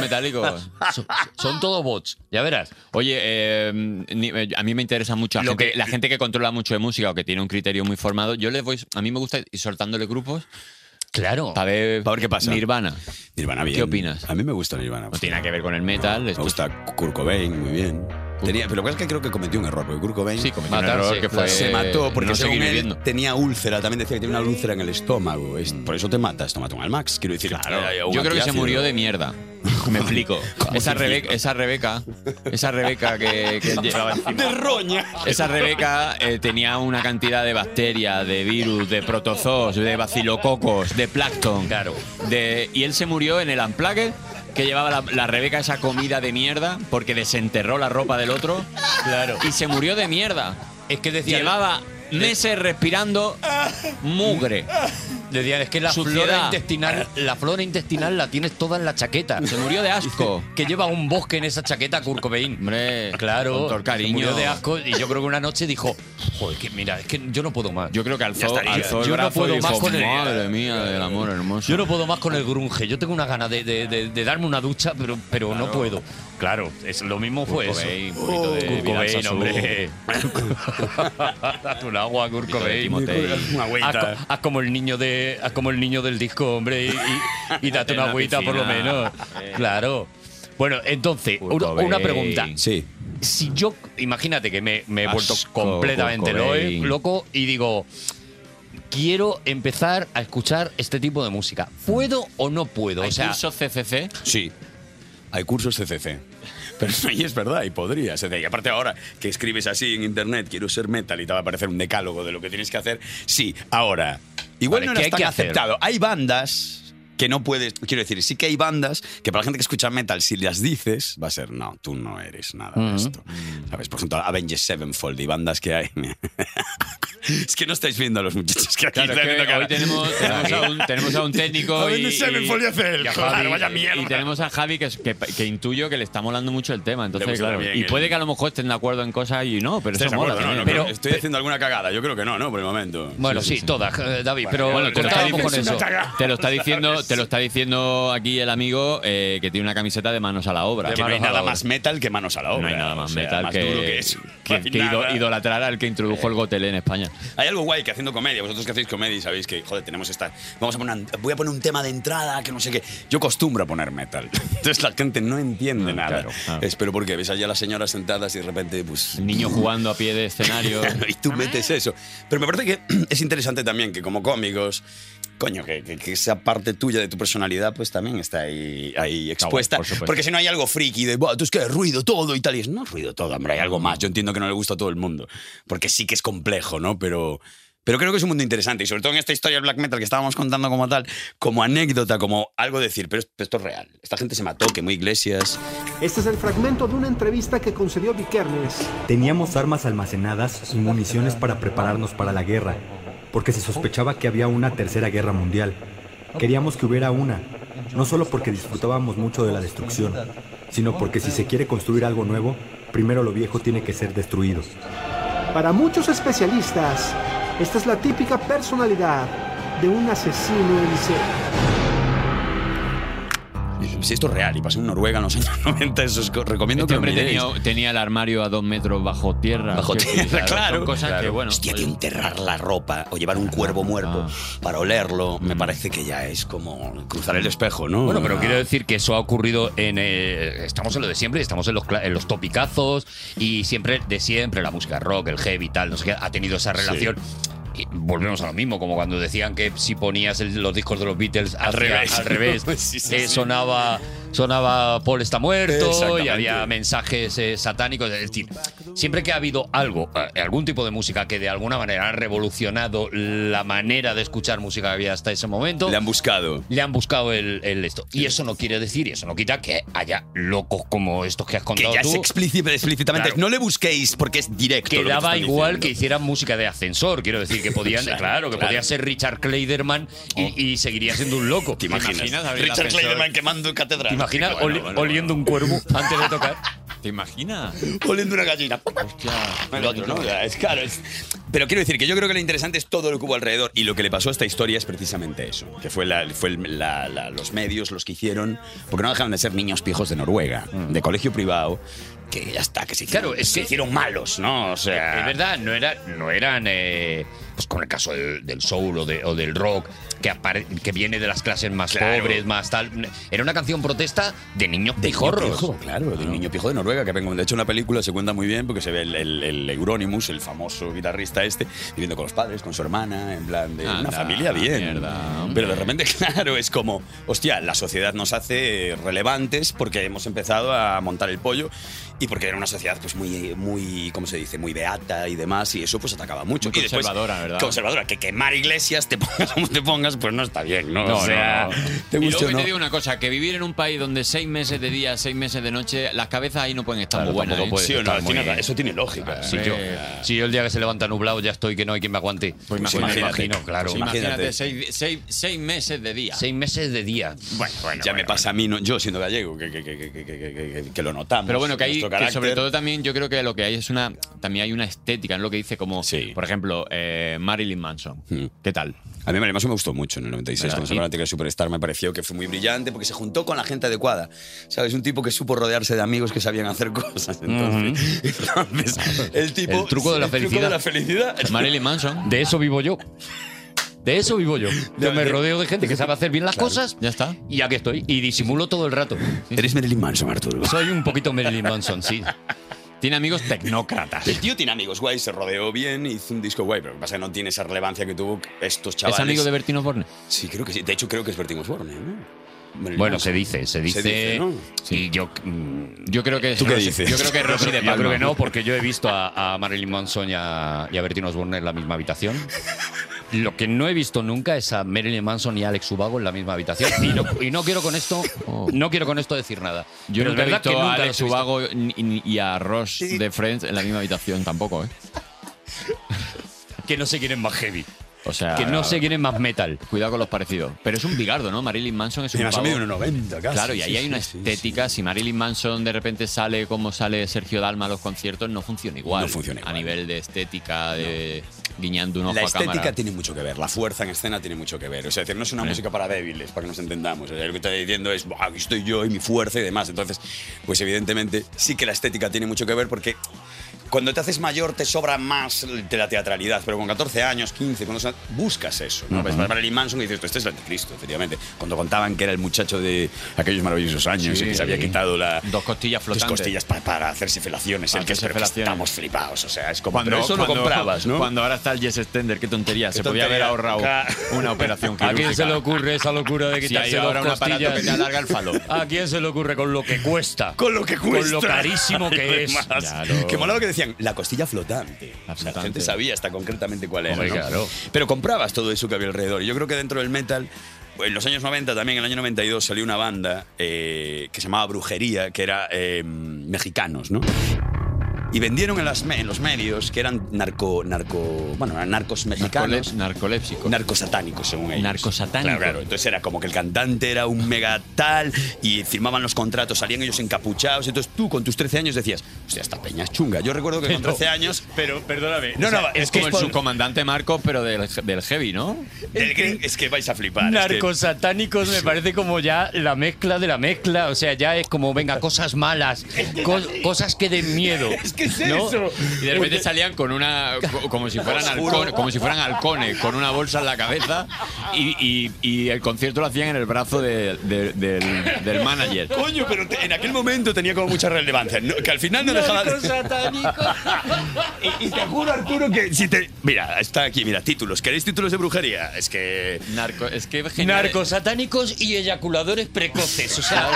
metálicos. Son, son todos bots, ya verás. Oye, eh, ni- eh, a mí me interesa mucho la, Lo gente, que- la gente que controla mucho de música o que tiene un criterio muy formado. Yo les voy, a mí me gusta ir soltándole grupos Claro. para ver, ver qué pasa. Nirvana. Nirvana, bien. ¿Qué opinas? A mí me gusta Nirvana. No tiene nada que ver con el metal. Me esto- gusta Kurt Cobain, muy bien. Tenía, pero lo que pasa es que creo que cometió un error, porque Kurt Cobain Sí, cometió un error que fue se mató porque no según seguir él viviendo. tenía úlcera, también decía que tenía una úlcera en el estómago. Es- por eso te matas, tómate un Almax, quiero decir. eh, un Yo creo que se antiácido. murió de mierda. Me explico. Esa, Rebeca, esa Rebeca, esa Rebeca que, que llevaba encima. De roña. Esa Rebeca eh, tenía una cantidad de bacterias, de virus, de protozoos, de bacilococos, de plancton. Claro. y él se murió en el Unplugged, que llevaba la, la Rebeca esa comida de mierda, porque desenterró la ropa del otro. Claro. Y se murió de mierda. Es que decía. Llevaba meses respirando mugre. Decían, es que la Suciedad. flora intestinal, la flora intestinal la tienes toda en la chaqueta. Se murió de asco. que lleva un bosque en esa chaqueta Kurt Cobain. Hombre, claro. con todo el cariño. Se murió de asco y yo creo que una noche dijo, joder, que mira, es que yo no puedo más. Yo creo que Ya alzó, estaría. alzó el Yo no brazo puedo y más dijo, con el- madre mía del amor hermoso. Yo no puedo más con el grunge. Yo tengo una ganas de, de- de- de darme una ducha, pero, pero no Claro. puedo. Claro, es, lo mismo fue Kurt eso. Cobain, un poquito de Kurt Vidal Cobain, Sassoon. hombre. Date un agua, Kurt poquito de Cobain. Timotei. Una agüita. Haz, co- haz como el niño de, haz como el niño del disco, hombre, y, y- y date En una la agüita por lo piscina. menos. Eh. Claro. Bueno, entonces, Kurt una, una Cobain. pregunta. Sí. Si yo, imagínate que me, me he vuelto Asco, completamente Kurt Cobain. lo- loco y digo, quiero empezar a escuchar este tipo de música. ¿Puedo o no puedo? ¿Hay o sea, cursos CCC? Sí. Hay cursos CCC. Pero y es verdad, y podrías. Y aparte ahora que escribes así en internet, quiero ser metal y te va a aparecer un decálogo de lo que tienes que hacer. Sí, ahora. Igual Vale, no ¿qué lo hay están que hacer? aceptado. Hay bandas que no puedes. Quiero decir, sí que hay bandas que para la gente que escucha metal, si las dices, va a ser no, tú no eres nada de Mm. Ujú. esto. ¿Sabes? Por ejemplo, Avengers Sevenfold y bandas que hay. es que no estáis viendo a los muchachos que aquí Claro, es están que viendo hoy cara. tenemos, tenemos, a un, tenemos a un técnico y, Avengers Sevenfold y hace él, y a joder, Javi, vaya mierda. y tenemos a Javi que, es- que, que intuyo que le está molando mucho el tema. Le Entonces, gusta claro, bien y el- puede que a lo mejor estén de acuerdo en cosas y no, pero ¿Estáis eso de mola. acuerdo? No, también. no, pero, creo- estoy haciendo alguna cagada. Yo creo que no, ¿no? Por el momento. bueno, sí, todas, eh, David, pero Bueno, te lo está cortábamos con diciendo, eso. es una cagada. te lo está diciendo, te lo está diciendo aquí el amigo eh, que tiene una camiseta de manos a la obra. Que no hay Manos a la nada obra. más metal que manos a la obra. No hay nada más O sea, metal más que, duro que eso. que- No hay que ido- nada. idolatrar al que introdujo el gotelé en España. Hay algo guay que haciendo comedia, vosotros que hacéis comedia y sabéis que, joder, tenemos esta. Vamos a poner, voy a poner un tema de entrada, que no sé qué. Yo acostumbro a poner metal. Entonces la gente no entiende nada. Ah, claro, claro. Es, pero porque ves allá a las señoras sentadas y de repente, pues. El niño jugando a pie de escenario. y tú Ah. metes eso. Pero me parece que es interesante también que como cómicos, coño, que, que- que esa parte tuya de tu personalidad pues también está ahí, ahí expuesta. por supuesto. porque si no hay algo friki de, "Buah, tú es que es ruido todo y tal, y es, no es ruido todo, hombre, hay algo más. Yo entiendo que no le gusta a todo el mundo, porque sí que es complejo, ¿no? Pero... Pero creo que es un mundo interesante y sobre todo en esta historia del black metal que estábamos contando como tal, como anécdota, como algo decir, pero esto es real. Esta gente se mató, que muy iglesias. Este es el fragmento de una entrevista que concedió Vikernes Teníamos armas almacenadas y municiones para prepararnos para la guerra, porque se sospechaba que había una tercera guerra mundial. Queríamos que hubiera una, no solo porque disfrutábamos mucho de la destrucción, sino porque si se quiere construir algo nuevo, primero lo viejo tiene que ser destruido. Para muchos especialistas, esta es la típica personalidad de un asesino en serie. Si esto es real y pasó en Noruega en los años 90, eso os co- recomiendo que Este lo hombre miréis. tenía, tenía el armario a dos metros bajo tierra. Bajo Que- tierra, claro. Son cosas que, Claro. bueno. pues Hostia, oye, que enterrar la ropa o llevar un cuervo muerto para olerlo, me parece que ya es como cruzar el espejo, ¿no? Ah. Bueno, pero quiero decir que eso ha ocurrido en. eh, estamos en lo de siempre, estamos en los, cla- en los topicazos y siempre, de siempre, la música rock, el heavy y tal, no sé qué, ha tenido esa relación. Y volvemos a lo mismo, como cuando decían que si ponías el- los discos de los Beatles hacia- al revés. revés, Sí, sí, sí. eh, sonaba, sonaba Paul está muerto y Exactamente. había mensajes eh, satánicos. Es decir, siempre que ha habido algo, eh, algún tipo de música que de alguna manera ha revolucionado la manera de escuchar música que había hasta ese momento Le han buscado. le han buscado el, el esto. Y eso no quiere decir, y eso no quita que haya locos como estos que has Que contado ya tú. es explícit- explícitamente. Claro. No le busquéis porque es directo. Que lo te daba están igual que diciendo. hicieran música de ascensor, quiero decir, que podían, Claro, claro, que claro. Oh. podía ser Richard Clayderman y, y seguiría siendo un loco. ¿Te imaginas? abrir el Richard ascensor? Clayderman quemando catedral. ¿Te imaginas Bueno, oli- bueno, oliendo un cuervo antes de tocar? ¿Te imaginas? bueno. Oliendo una gallina. El otro, ¿no? O sea, Es claro. es- Pero quiero decir que yo creo que lo interesante es todo lo que hubo alrededor. Y lo que le pasó a esta historia es precisamente eso. Que fue, la- fue el- la- la- los medios los que hicieron. Porque no dejaron de ser niños pijos de Noruega, de colegio privado. Que ya está, que se hicieron, Mm. Claro, es se que- hicieron malos, ¿no? O sea. Es verdad, no, era, no eran, eh, pues con el caso del, del soul o, de- o del rock, que, apare- que viene de las clases más Claro. pobres, más tal. Era una canción protesta de niños De pijorros. niño pijo, claro, de un niño pijo de Noruega que vengo. De hecho, en la película se cuenta muy bien porque se ve el, el, el Euronymous, el famoso guitarrista este, viviendo con los padres, con su hermana, en plan de Anda, una familia bien. mierda, hombre. Pero de repente, claro, es como, hostia, la sociedad nos hace relevantes porque hemos empezado a montar el pollo y porque era una sociedad pues muy, muy, ¿cómo se dice? Muy beata y demás y eso pues atacaba mucho. Muy Y después- conservadora, ¿verdad? Conservadora, que quemar iglesias te pongas, te pongas vengas, pues no está bien, ¿no? No, o sea, no, no. te y guste o luego que no. te digo una cosa, que vivir en un país donde seis meses de día, seis meses de noche, las cabezas ahí no pueden estar muy Pues buenas. ¿eh? Sí o no, tiene- eso tiene lógica. si, yo, si yo el día que se levanta nublado ya estoy que no hay quien me aguante. Pues, me imagínate. imagino, claro. Pues imagínate seis, seis- seis meses de día. Seis meses de día. Bueno, bueno. Ya me pasa a mí, no- yo siendo gallego, que, que- que- que- que- que- que- que lo notamos. Pero bueno, que hay, nuestro que sobre carácter. todo también yo creo que lo que hay es una, también hay una estética en lo que dice como, por ejemplo, eh, Marilyn Manson. Hmm. ¿Qué tal? A mí Marilyn Manson me gustó mucho en el 96, ¿Verdad? cuando Y- salió la Antica Superstar, me pareció que fue muy brillante porque se juntó con la gente adecuada. ¿Sabes? Un tipo que supo rodearse de amigos que sabían hacer cosas. Entonces, entonces, el tipo. El truco de la truco de felicidad. la felicidad. Manson. De eso vivo yo. De eso vivo yo. Yo me rodeo de gente que sabe hacer bien las Claro. cosas. Ya está. Y aquí estoy. Y disimulo todo el rato. Eres Marilyn Manson, Arturo. Soy un poquito Marilyn Manson, sí. Tiene amigos tecnócratas. El tío tiene amigos guay, se rodeó bien, hizo un disco guay, pero lo que pasa es que no tiene esa relevancia que tuvo estos chavales. ¿Es amigo de Bertino Borne? Sí, creo que sí. De hecho, creo que es Bertín Osborne. ¿eh? ¿no? Marilyn Bueno, Manson. se dice, se dice. ¿no? Y yo. mm, Yo creo que. ¿Tú qué dices? Yo creo que Rosy de Yo creo Palma. que no, porque yo he visto a, a Marilyn Manson y a, y a Bertino Osborne en la misma habitación. Lo que no he visto nunca es a Marilyn Manson y a Alex Ubago en la misma habitación. Y no, y no quiero con esto, no quiero con esto decir nada. Yo Pero nunca he es verdad visto que nunca a los Alex he visto. Ubago ni- ni- y a Ross de Friends en la misma habitación tampoco, ¿eh? Que no se quieren más heavy. O sea, Que no se quieren más metal. Cuidado con los parecidos. Pero es un bigardo, ¿no? Marilyn Manson es un Mira, son pavo- medio unos 90 casi. Claro, y ahí Sí, hay sí, una sí, estética. Si Marilyn Manson de repente sale como sale Sergio Dalma a los conciertos, no funciona igual. No funciona A nivel de estética, de guiñando un ojo La a estética cámara. tiene mucho que ver, la fuerza en escena tiene mucho que ver. O sea, es decir, no es una Sí. música para débiles, para que nos entendamos. O sea, lo que está diciendo es, "Buah, aquí estoy yo y mi fuerza y demás. Entonces, pues evidentemente sí que la estética tiene mucho que ver porque cuando te haces mayor te sobra más de la teatralidad, pero con 14 años, 15, cuando son- buscas eso. ¿no? Ves para Marilyn Manson y dices, este es el anticristo, efectivamente. Cuando contaban que era el muchacho de aquellos maravillosos años Sí. y que se había quitado la, Dos costillas dos flotantes. costillas pa- para, hacerse felaciones, Para el que, hacerse pero que felaciones. estamos flipados. O sea, es como, pero eso lo comprabas, ¿no? Cuando ahora está el Yes Extender, qué tontería. Se Qué podía haber tontería. ahorrado Claro. una operación ¿A quién se quirúrgica. le ocurre esa locura de Si quitarse hay ahora dos un aparato costillas? que te alarga el falo. ¿A quién se le ocurre con lo que cuesta? Con lo que cuesta. Con lo carísimo que es. Claro. Que molaba que decían la costilla flotante. La gente sabía hasta concretamente cuál era. Hombre, ¿no? claro. Pero comprabas todo eso que había alrededor. Y Yo creo que dentro del metal, en los años 90, también en el año 92, salió una banda eh, que se llamaba Brujería, que era eh, mexicanos, ¿no? Y vendieron en, las me- en los medios que eran narco, narco, bueno, eran narcos mexicanos. narcolépsicos. Narcosatánicos, según ellos. Narcosatánicos. Claro, claro. Entonces era como que el cantante era un mega tal y firmaban los contratos, salían ellos encapuchados. Entonces tú con tus 13 años decías, hostia, esta peña es chunga. Yo recuerdo que con 13 años. Pero, perdóname. No, O sea, no, es, es que como es el por- subcomandante Marco, pero del, del heavy, ¿no? El green- es que vais a flipar. es que- Narcosatánicos me parece como ya la mezcla de la mezcla. O sea, ya es como, venga, cosas malas, co- cosas que den miedo. ¿no? Y de repente salían con una. co- como si fueran Os juro. halcones, como si fueran halcones, con una bolsa en la cabeza. Y, y- y el concierto lo hacían en el brazo de- de- del, del manager. Coño, pero te- en aquel momento tenía como mucha relevancia. no- que al final no dejaba de. Y, y te juro, Arturo, que si te. Mira, está aquí, mira, títulos. ¿Queréis títulos de brujería? Es que. Narco, es que genera- Narcosatánicos y eyaculadores precoces. O sea,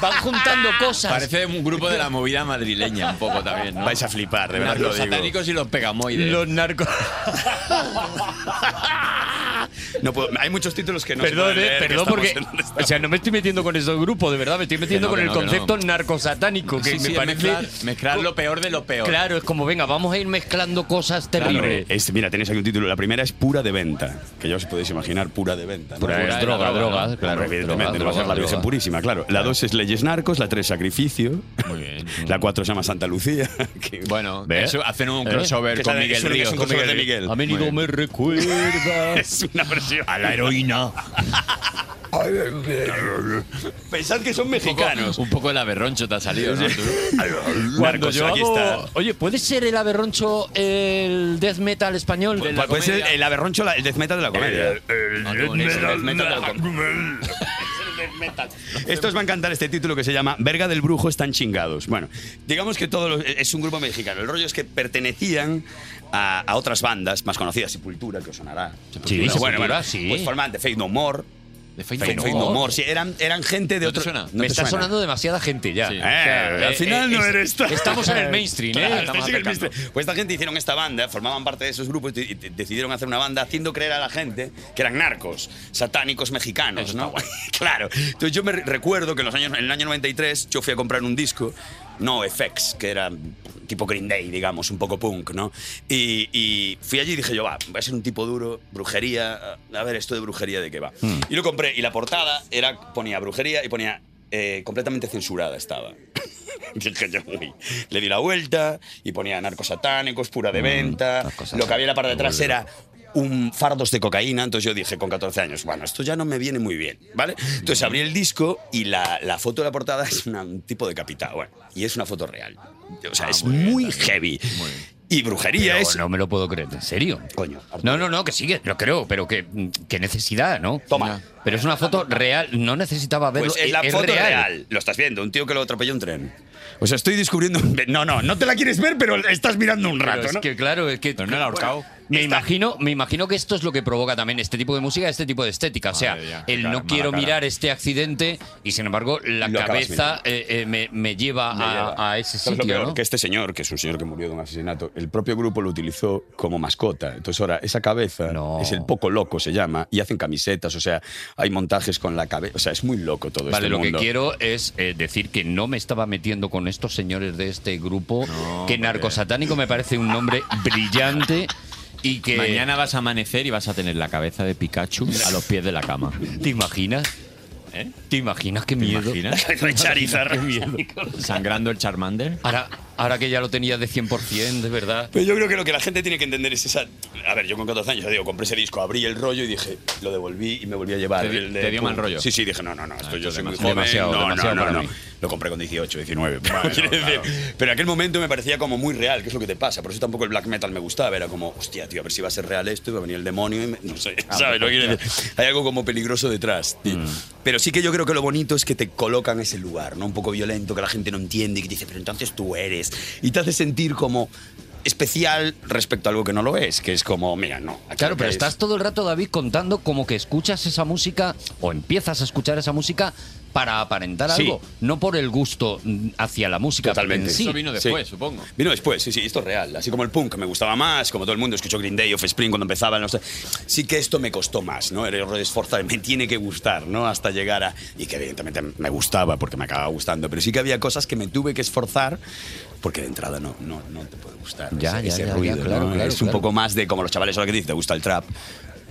van juntando cosas. Parece un grupo de la movida madrileña, un poco también, ¿no? Vais a flipar, de verdad. Los lo digo. satánicos y los pegamoides. Los narcos. No puedo- hay muchos títulos que no se Perdón, pueden eh, leer, que perdón, estamos porque. en- O sea, no me estoy metiendo con esos grupos, de verdad, me estoy metiendo no, con que el no, que concepto no. narcosatánico, que Sí, sí, me es parece. mezclar, mezclar lo peor de lo peor. Claro, es como, venga, vamos a ir mezclando cosas Claro, terribles. es- mira, tenéis aquí un título. La primera es pura de venta, que ya os podéis imaginar, pura de venta. ¿no? Pura Pues es dro- droga, droga, droga, ¿no? claro. Hombre, evidentemente, droga, no va a ser droga, la Virgen droga. Purísima, claro. La dos es Leyes Narcos, la tres Sacrificio, Muy bien. la cuatro se llama Santa Lucía. que- Bueno, ¿Ve? eso hacen un ¿Eh? crossover Que con sale- Miguel suena que es Ríos. un crossover de Miguel. A mí Muy no bien. me recuerda. Es una versión. a la heroína. Pensad que son Un poco- mexicanos. Un poco el aberroncho te ha salido, ¿no? Cuando Narcos, yo aquí hago- está. Oye, ¿puede ser el aberroncho el death metal español? Pu- Puede ser Pues, el aberroncho, la- el death metal de la comedia. Esto os va a encantar este título que se llama Verga del Brujo están chingados. Bueno, digamos que todo lo- es un grupo mexicano. El rollo es que pertenecían a, a otras bandas más conocidas, Sepultura, que os sonará. Sepultura, bueno, bueno, sí. Pues forman The Fate No More. De Faith, Faith No No More. More. Sí, eran, eran gente de ¿No te otro. suena? ¿No Me te está suena? sonando demasiada gente ya. Sí. O Eh, sea, al eh, final eh, no es- eres tan- Estamos en el mainstream, Claro, ¿eh? Estamos este sí que es acercando. mainstream. Pues esta gente hicieron esta banda, formaban parte de esos grupos y y decidieron hacer una banda haciendo creer a la gente que eran narcos, satánicos mexicanos, ¿no? claro. Entonces yo me re- recuerdo que en, los años, en el año 93 yo fui a comprar un disco, No FX, que era tipo Green Day, digamos, un poco punk, ¿no? Y, y fui allí y dije yo, va, va a ser un tipo duro, brujería, a ver, esto de brujería de qué va. Y lo compré y la portada era, ponía brujería y ponía eh, completamente censurada estaba. Dije yo, uy. Le di la vuelta y ponía narcos satánicos, pura de venta. Lo que había en la parte de atrás era un fardos de cocaína. Entonces yo dije con 14 años, bueno, esto ya no me viene muy bien, ¿vale? Entonces abrí el disco y la, la foto de la portada es una- un tipo decapitado. Bueno, y es una foto real. O sea, es muy heavy. Y brujería Pero es... No me lo puedo creer, ¿en serio? Coño. No, no, no, que sigue, lo creo, pero que, que necesidad, ¿no? Toma. Pero es una foto real, no necesitaba verlo. e- Pues es la foto real. Lo estás viendo, un tío que lo atropelló un tren. O sea, estoy descubriendo. No, no, no te la quieres ver, pero estás mirando un rato, Pero es ¿no? que claro, es que. no era ahorcado. me imagino, me imagino que esto es lo que provoca también este tipo de música, este tipo de estética. O sea, Madre mía, qué el cara, no mala quiero cara. mirar este accidente y sin embargo la Lo acabas cabeza eh, eh, me, me lleva Ah, Me a, lleva. a ese ¿Sabes lo sitio, peor? ¿no? Que este señor, que es un señor que murió de un asesinato, el propio grupo lo utilizó como mascota. Entonces ahora esa cabeza es el poco loco, se llama, y hacen camisetas, o sea, hay montajes con la cabeza, o sea, es muy loco todo Vale, este lo mundo. que quiero es eh, decir que no me estaba metiendo con estos señores de este grupo, que narcosatánico me parece un nombre brillante y que... Mañana vas a amanecer y vas a tener la cabeza de Pikachu a los pies de la cama. ¿Te imaginas? ¿Eh? ¿Te imaginas qué miedo? imaginas? ¿Te imaginas Charizard. qué miedo? Sangrando el Charmander. Ahora, ahora que ya lo tenía de 100%, de verdad. Pero yo creo que lo que la gente tiene que entender es esa. A ver, yo con 14 años, ya digo, compré ese disco, abrí el rollo y dije, lo devolví y me volví a llevar. Te di- el de te dio pum. mal rollo. Sí, sí, dije, no, no, no, esto yo soy muy demasiado- joven. demasiado- no, no, demasiado no, para no. mí. Lo compré con 18, 19. Pero, quiero decir, pero en aquel momento me parecía como muy real, que es lo que te pasa. Por eso tampoco el black metal me gustaba. Era como, hostia, tío, a ver si va a ser real esto y va a venir el demonio y me- no sé. Ah, ¿Sabes? Lo que quiero hostia. decir? Hay algo como peligroso detrás. tío. Mm. Pero sí que yo creo que lo bonito es que te colocan ese lugar, ¿no? Un poco violento, que la gente no entiende y que te dice, pero entonces tú eres. Y te hace sentir como especial respecto a algo que no lo es, que es como, mira, no. aquí Claro, lo pero que es- estás todo el rato, David, contando como que escuchas esa música o empiezas a escuchar esa música para aparentar Sí. algo, no por el gusto mm, hacia la música. Totalmente. en sí. Sí. Vino después, sí, sí, esto es real. Así como el punk me gustaba más, como todo el mundo escuchó Green Day, Offspring cuando empezaba, no sé. Sí que esto me costó más, ¿no? Era de esforzar, me tiene que gustar, ¿no? Hasta llegar a. Y que evidentemente me gustaba porque me acababa gustando, pero sí que había cosas que me tuve que esforzar porque de entrada no, no, no te puede gustar. Ya, ese, ya, ese ya, ya, ruido, claro, ¿no? claro, Es un claro. poco más de como los chavales ahora que dicen, te gusta el trap.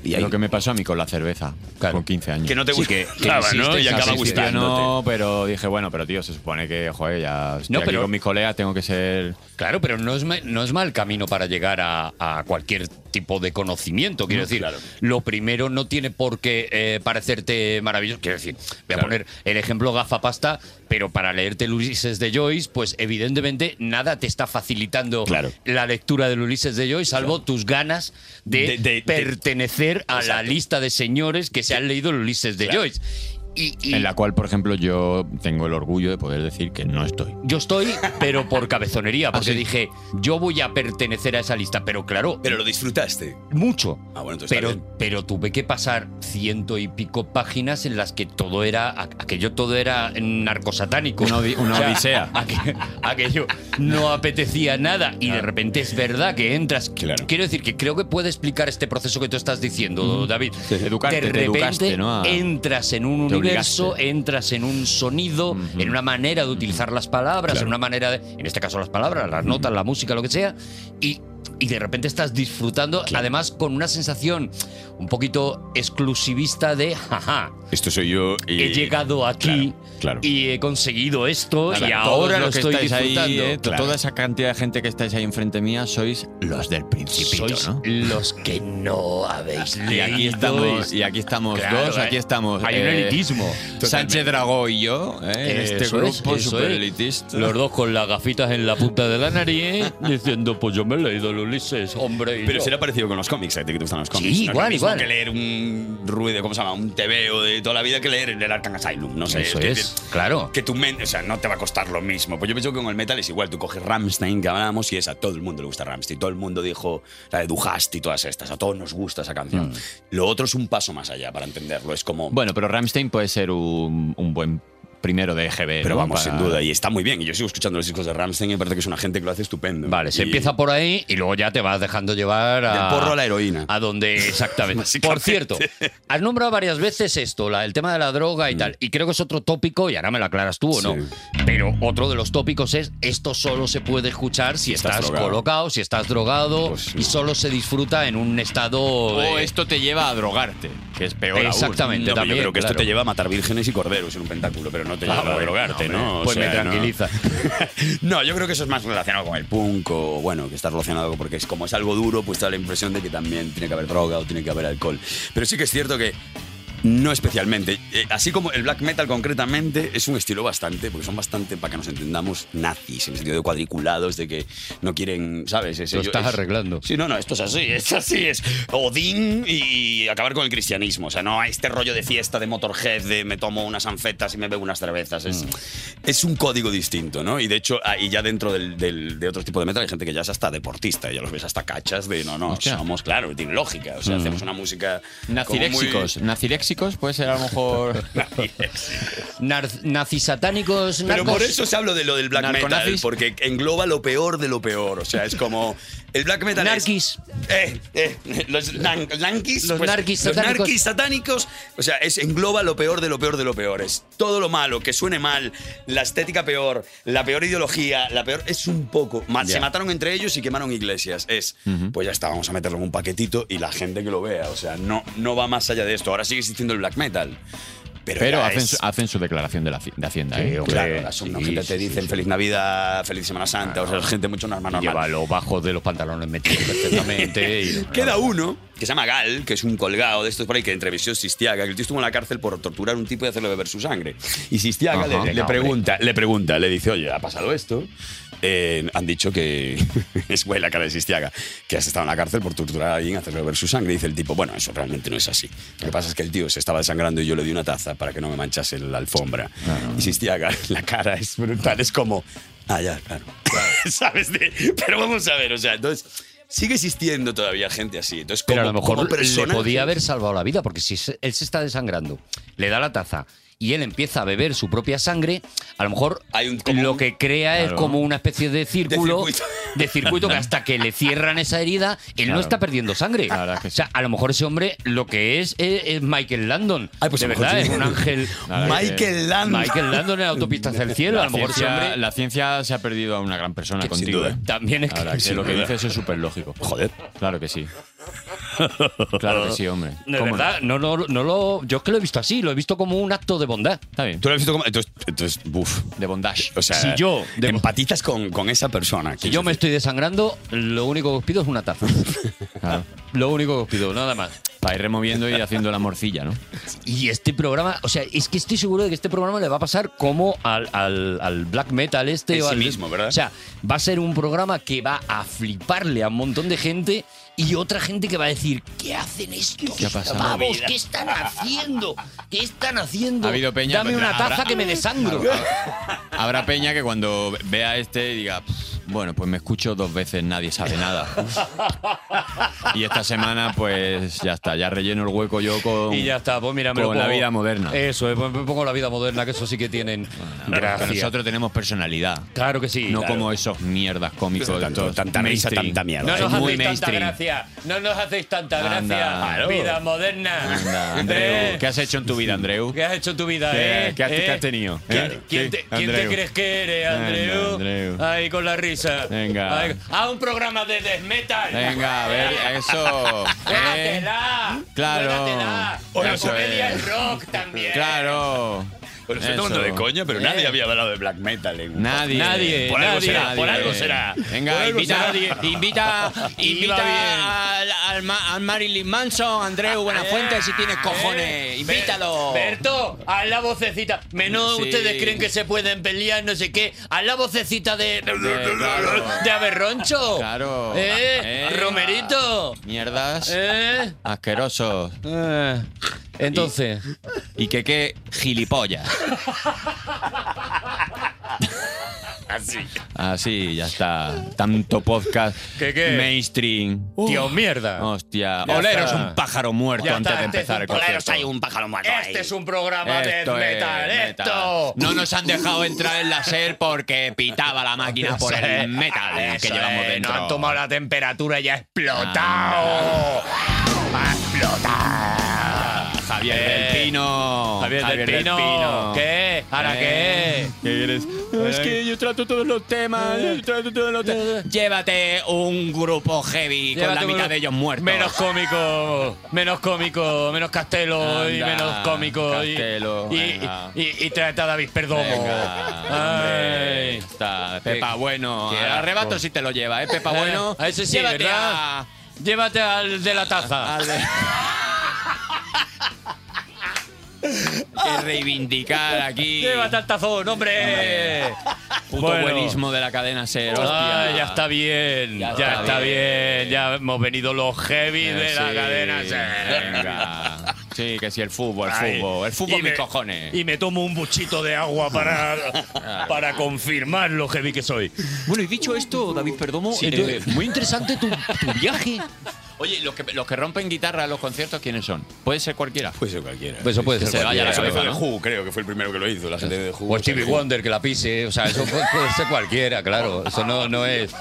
Y ahí- Lo que me pasó a mí con la cerveza con 15 años. Que no te Sí, gusta- que- que claro, insistes, ¿no? Y acaba insistes, gustándote. No, pero dije, bueno, pero tío, se supone que, joder, ya estoy No, aquí pero- con mis colegas, tengo que ser... Claro, pero no es, ma- no es mal camino para llegar a, a cualquier tipo de conocimiento. Quiero No, decir, claro. lo primero no tiene por qué eh, parecerte maravilloso. Quiero decir, voy a poner el ejemplo gafapasta, pero para leerte el Ulises de Joyce, pues evidentemente nada te está facilitando la lectura del Ulises de Joyce, salvo tus ganas de, De- de- de- pertenecer a la lista de señores que se han leído el Ulises de Joyce. Y, y- En la cual, por ejemplo, yo tengo el orgullo de poder decir que no estoy. yo estoy, pero por ¿Ah, cabezonería, porque dije, yo voy a pertenecer a esa lista, pero claro. Pero lo disfrutaste. Mucho. Ah, bueno, entonces está Pero, bien. pero tuve que pasar ciento y pico páginas en las que todo era. a- Aquello todo era narcosatánico. Una odi- una odisea. aqu- aquello no apetecía nada. Ah. Y de repente es verdad que entras. Quiero decir que creo que puede explicar este proceso que tú estás diciendo, David. Educarte, de te repente educaste, ¿no? A- entras en un Te universo, entras en un sonido, en una manera de utilizar las palabras, en una manera de, en este caso las palabras, las notas, la música, lo que sea, y, y de repente estás disfrutando, además con una sensación un poquito exclusivista de, jaja, Esto soy yo y. he llegado aquí claro. y he conseguido esto Claro, y todos ahora lo los que estoy estáis ahí, disfrutando. eh, Toda esa cantidad de gente que estáis ahí enfrente mía sois los del principito, Sois ¿no? los que no habéis Y leído. aquí estamos, y aquí estamos Claro, dos, eh. aquí estamos. Hay un eh, elitismo. Sánchez Dragó y yo, eh, Eso este es, grupo eso super es. elitista. Los dos con las gafitas en la punta de la nariz diciendo, pues yo me he leído el Ulises, Oh, hombre. y Pero yo. será parecido con los cómics, a ti que te gustan los cómics. Sí, No es igual, lo mismo igual. que leer un ruido, ¿cómo se llama? Un TVO de toda la vida que leer el Arkham Asylum, no sé. Eso que- es, claro. Que tu mente, o sea, no te va a costar lo mismo. Pues yo pienso que con el metal es igual. Tú coges Rammstein, que hablábamos, y es a todo el mundo le gusta Rammstein. Todo el mundo dijo la de Du Hast y todas estas. A todos nos gusta esa canción. Mm. Lo otro es un paso más allá para entenderlo. Es como... Bueno, pero Ramstein puede ser un, un buen primero de EGB. Pero ¿no? vamos, Para- sin duda, y está muy bien. Y yo sigo escuchando los discos de Rammstein y me parece que es una gente que lo hace estupendo. Vale, se Y- empieza por ahí y luego ya te vas dejando llevar a. Del porro a la heroína. A donde, exactamente. por cierto, has nombrado varias veces esto, la- el tema de la droga y tal. Y creo que es otro tópico, y ahora me lo aclaras tú o no. Mm. Sí. Pero otro de los tópicos es: esto solo se puede escuchar si, estás estás, drogado. Pues colocado, si estás drogado, y solo se disfruta en un estado. Oh, O de- Oh, esto te lleva a drogarte, que es peor. aún. Exactamente, No, pero también, yo creo que claro. esto te lleva a matar vírgenes y corderos en un pentáculo, pero no te Ah, lleva a bueno, drogarte, hombre, ¿no? O pues me sea, no. tranquiliza. No. yo creo que eso es más relacionado con el punk o, bueno, que está relacionado con- porque es como es algo duro, pues te da la impresión de que también tiene que haber droga o tiene que haber alcohol. Pero sí que es cierto que no especialmente. Eh, así como el black metal concretamente es un estilo bastante, porque son bastante, para que nos entendamos, nazis, en el sentido de cuadriculados, de que no quieren, ¿sabes? Es- Lo yo- estás es- arreglando. Sí, no, no, esto es así, es así, es Odín y acabar con el cristianismo. O sea, no hay este rollo de fiesta, de motorhead, de me tomo unas anfetas y me bebo unas cervezas. Es, Mm. es un código distinto, ¿no? Y de hecho, ah, y ya dentro del- del- de otro tipo de metal hay gente que ya es hasta deportista, ya los ves hasta cachas de no, no, Hostia. somos, claro, tiene lógica. O sea, Mm. hacemos una música. como Naziréxicos. Naziréxicos puede ser a lo mejor. muy- Nar- nazisatánicos, Pero por narcos- eso se hablo de lo del black metal, Narconazis. porque engloba lo peor de lo peor. O sea, es como. El black metal. Narquis. eh, eh, los nan- nanquis. pues, Los narquis los satánicos. narquis satánicos. O sea, es, engloba lo peor de lo peor de lo peor. Es todo lo malo, que suene mal, la estética peor, la peor ideología, la peor. Es un poco. ma- Ya. Se mataron entre ellos y quemaron iglesias. Es. Pues ya está, vamos a meterlo en un paquetito y la gente que lo vea. O sea, no, no va más allá de esto. Ahora sigue existiendo el black metal. Pero, Pero, ya hacen, es- su, hacen su declaración de, la, haci- de Hacienda. ¿eh? claro, las una gente te dicen feliz Navidad, feliz Semana Santa, o sea, es gente mucho más normal. Lleva los bajos de los pantalones metidos perfectamente. y- Queda uno que se llama Gal, que es un colgado de estos por ahí que entrevistó Sistiaga, que el tío estuvo en la cárcel por torturar a un tipo y hacerle beber su sangre. Y Sistiaga Ajá. le- le, Venga, hombre. pregunta, le pregunta, le dice, oye, ha pasado esto. Eh, han dicho que es buena la cara de Sistiaga, que has estado en la cárcel por torturar a alguien, hacerle beber su sangre. Y dice el tipo, bueno, eso realmente no es así. Lo que pasa es que el tío se estaba desangrando y yo le di una taza para que no me manchase la alfombra. Y Sistiaga, la cara es brutal, es como, ah, ya, claro. ¿Sabes? De- pero vamos a ver, o sea, entonces sigue existiendo todavía gente así. Entonces, Pero a como- lo mejor como le persona- podía haber salvado la vida, porque si se- él se está desangrando, le da la taza y él empieza a beber su propia sangre, a lo mejor lo que crea es Claro. como una especie de círculo de circuito. circuito, que hasta que le cierran esa herida, él Claro. no está perdiendo sangre. La verdad es que O sea, a lo mejor ese hombre lo que es es, es Michael Landon. pues de verdad, es un ángel. Michael Landon. Michael Landon en autopista hacia el cielo, eh, La a lo mejor ese ciencia- hombre- La ciencia se ha perdido a una gran persona Que sin contigo. duda. ¿eh? También es que- Ahora, sin lo que duda. dices es súper lógico. Joder. Claro que sí. Claro que sí, hombre. De ¿Cómo no? verdad, no, no, no lo. Yo es que lo he visto así, lo he visto como un acto de bondad. Está bien. Tú lo has visto como. Entonces, entonces buf. De bondage. O sea, Si yo- empatizas con, con esa persona. Si yo me estoy desangrando, lo único que os pido es una taza. Lo único que os pido, nada más. Para ir removiendo y haciendo la morcilla, ¿no? Y este programa, o sea, es que estoy seguro de que este programa le va a pasar como al, al- al black metal este. En o sí al- mismo, ¿verdad? O sea, va a ser un programa que va a fliparle a un montón de gente y otra gente que va a decir, ¿qué hacen estos ¿Qué ha pasado? pavos? ¿Qué están haciendo? ¿Qué están haciendo? Ha habido peña, Ah, Dame pero una habrá- taza que me desangro. Habrá peña que cuando vea este diga, "Pff, bueno, pues me escucho dos veces, nadie sabe nada. Y esta semana, pues ya está, ya relleno el hueco yo con. Y ya está, pues mira, me lo ah, Con la pongo- vida moderna. Eso, eh, pues me pongo la vida moderna, que eso sí que tienen. Gracias. Nosotros tenemos personalidad. Claro que sí. No Claro. como esos mierdas cómicos. Tanto- estos tanta risa, mainstream. tanta mierda. No Son nos muy hacéis tanta mainstream. gracia. No nos hacéis tanta Anda. gracia. Claro. Vida moderna. Anda, ¿Eh? Andreu, ¿Qué has hecho en tu vida, Andreu? ¿Qué has hecho en tu vida, ¿Qué- eh? qué has- ¿Eh? qué has tenido? ¿Quién- ¿Eh? ¿Quién, Sí, te, quién te Andreu. crees que eres, Andreu? Anda, Andreu. Ahí con la risa. Venga. Ay, ¡Ah, un programa de death metal! Venga, a ver, eso. ¿eh? ¡Juégatela! Claro. ¡Juégatela! La Eso comedia es. es rock también. Claro. Pero estoy tomando Eso. de coña, pero nadie había hablado de black metal. en- Nadie. Eh. Nadie, Por algo nadie, será, por nadie. algo será. Venga, Por algo invita, será. invita, invita Iba bien. a, la- a al, Ma- al Marilyn Manson, Andreu Buenafuente, si tiene cojones. Invítalo. Eh, Berto, haz la vocecita. Menos Sí. ustedes creen que se pueden pelear, no sé qué. Haz la vocecita de. de Aberroncho. Eh, Claro. ¿Eh? Eh. Romerito. Mierdas. ¿Eh? Asquerosos. Entonces. Eh. Y, que qué gilipollas. Así. Así, ya está. Tanto podcast. ¿Qué, qué? Mainstream. Tío, Ah. mierda. Hostia. Ya Olero es está. un pájaro muerto Ya antes está, de este empezar es el un- Olero, concierto. hay un pájaro muerto. Este es un programa de Esto es metal. metal. Esto. No nos han dejado entrar en la SER porque pitaba la máquina por el metal eh, que Eso llevamos es, dentro. Ah, No han tomado la temperatura y ha explotado. Ha explotado. Javier Eh, del Pino. Javier, del, Pino. ¿Qué? ¿Ahora Eh, qué? ¿Qué quieres? Es que yo trato todos los temas. yo trato todos los temas. Llévate un grupo heavy con la mitad de ellos muertos. Menos cómico, menos cómico, menos Castelo y Anda, menos cómico. y- Castelo, y, venga. y, y- y trata a David Perdomo. Venga, Ay. Está, Pepa Qué- Bueno. qué al asco. arrebato sí te lo lleva, ¿eh? Pepa Eh, Bueno. a ese sí, llévate ¿verdad? a- Llévate al de la Ah, taza. que reivindicar aquí. Llévate al tazón, hombre. Puto Bueno. buenismo de la cadena ser, hostia. Ah, ya está bien, ya, está, bien. ya hemos venido los heavy Eh, de la sí, cadena. Ser. venga. Sí, que sí, el fútbol, el Ay, fútbol. El y fútbol, mis me- cojones. Y me tomo un buchito de agua para, para confirmar lo heavy que soy. Bueno, y dicho esto, David Perdomo, eh, muy interesante tu, viaje. Oye, los que, los que rompen guitarra a los conciertos, ¿quiénes son? ¿Puede ser cualquiera. Puede ser cualquiera. Pues eso puede que ser se vaya cualquiera. la Eso cabeza, puede ¿no? Who, creo que fue el primero que lo hizo, la gente de Who. O Pues Stevie Wonder que la pise, o sea, eso puede, puede ser cualquiera, claro. Eso no, no es.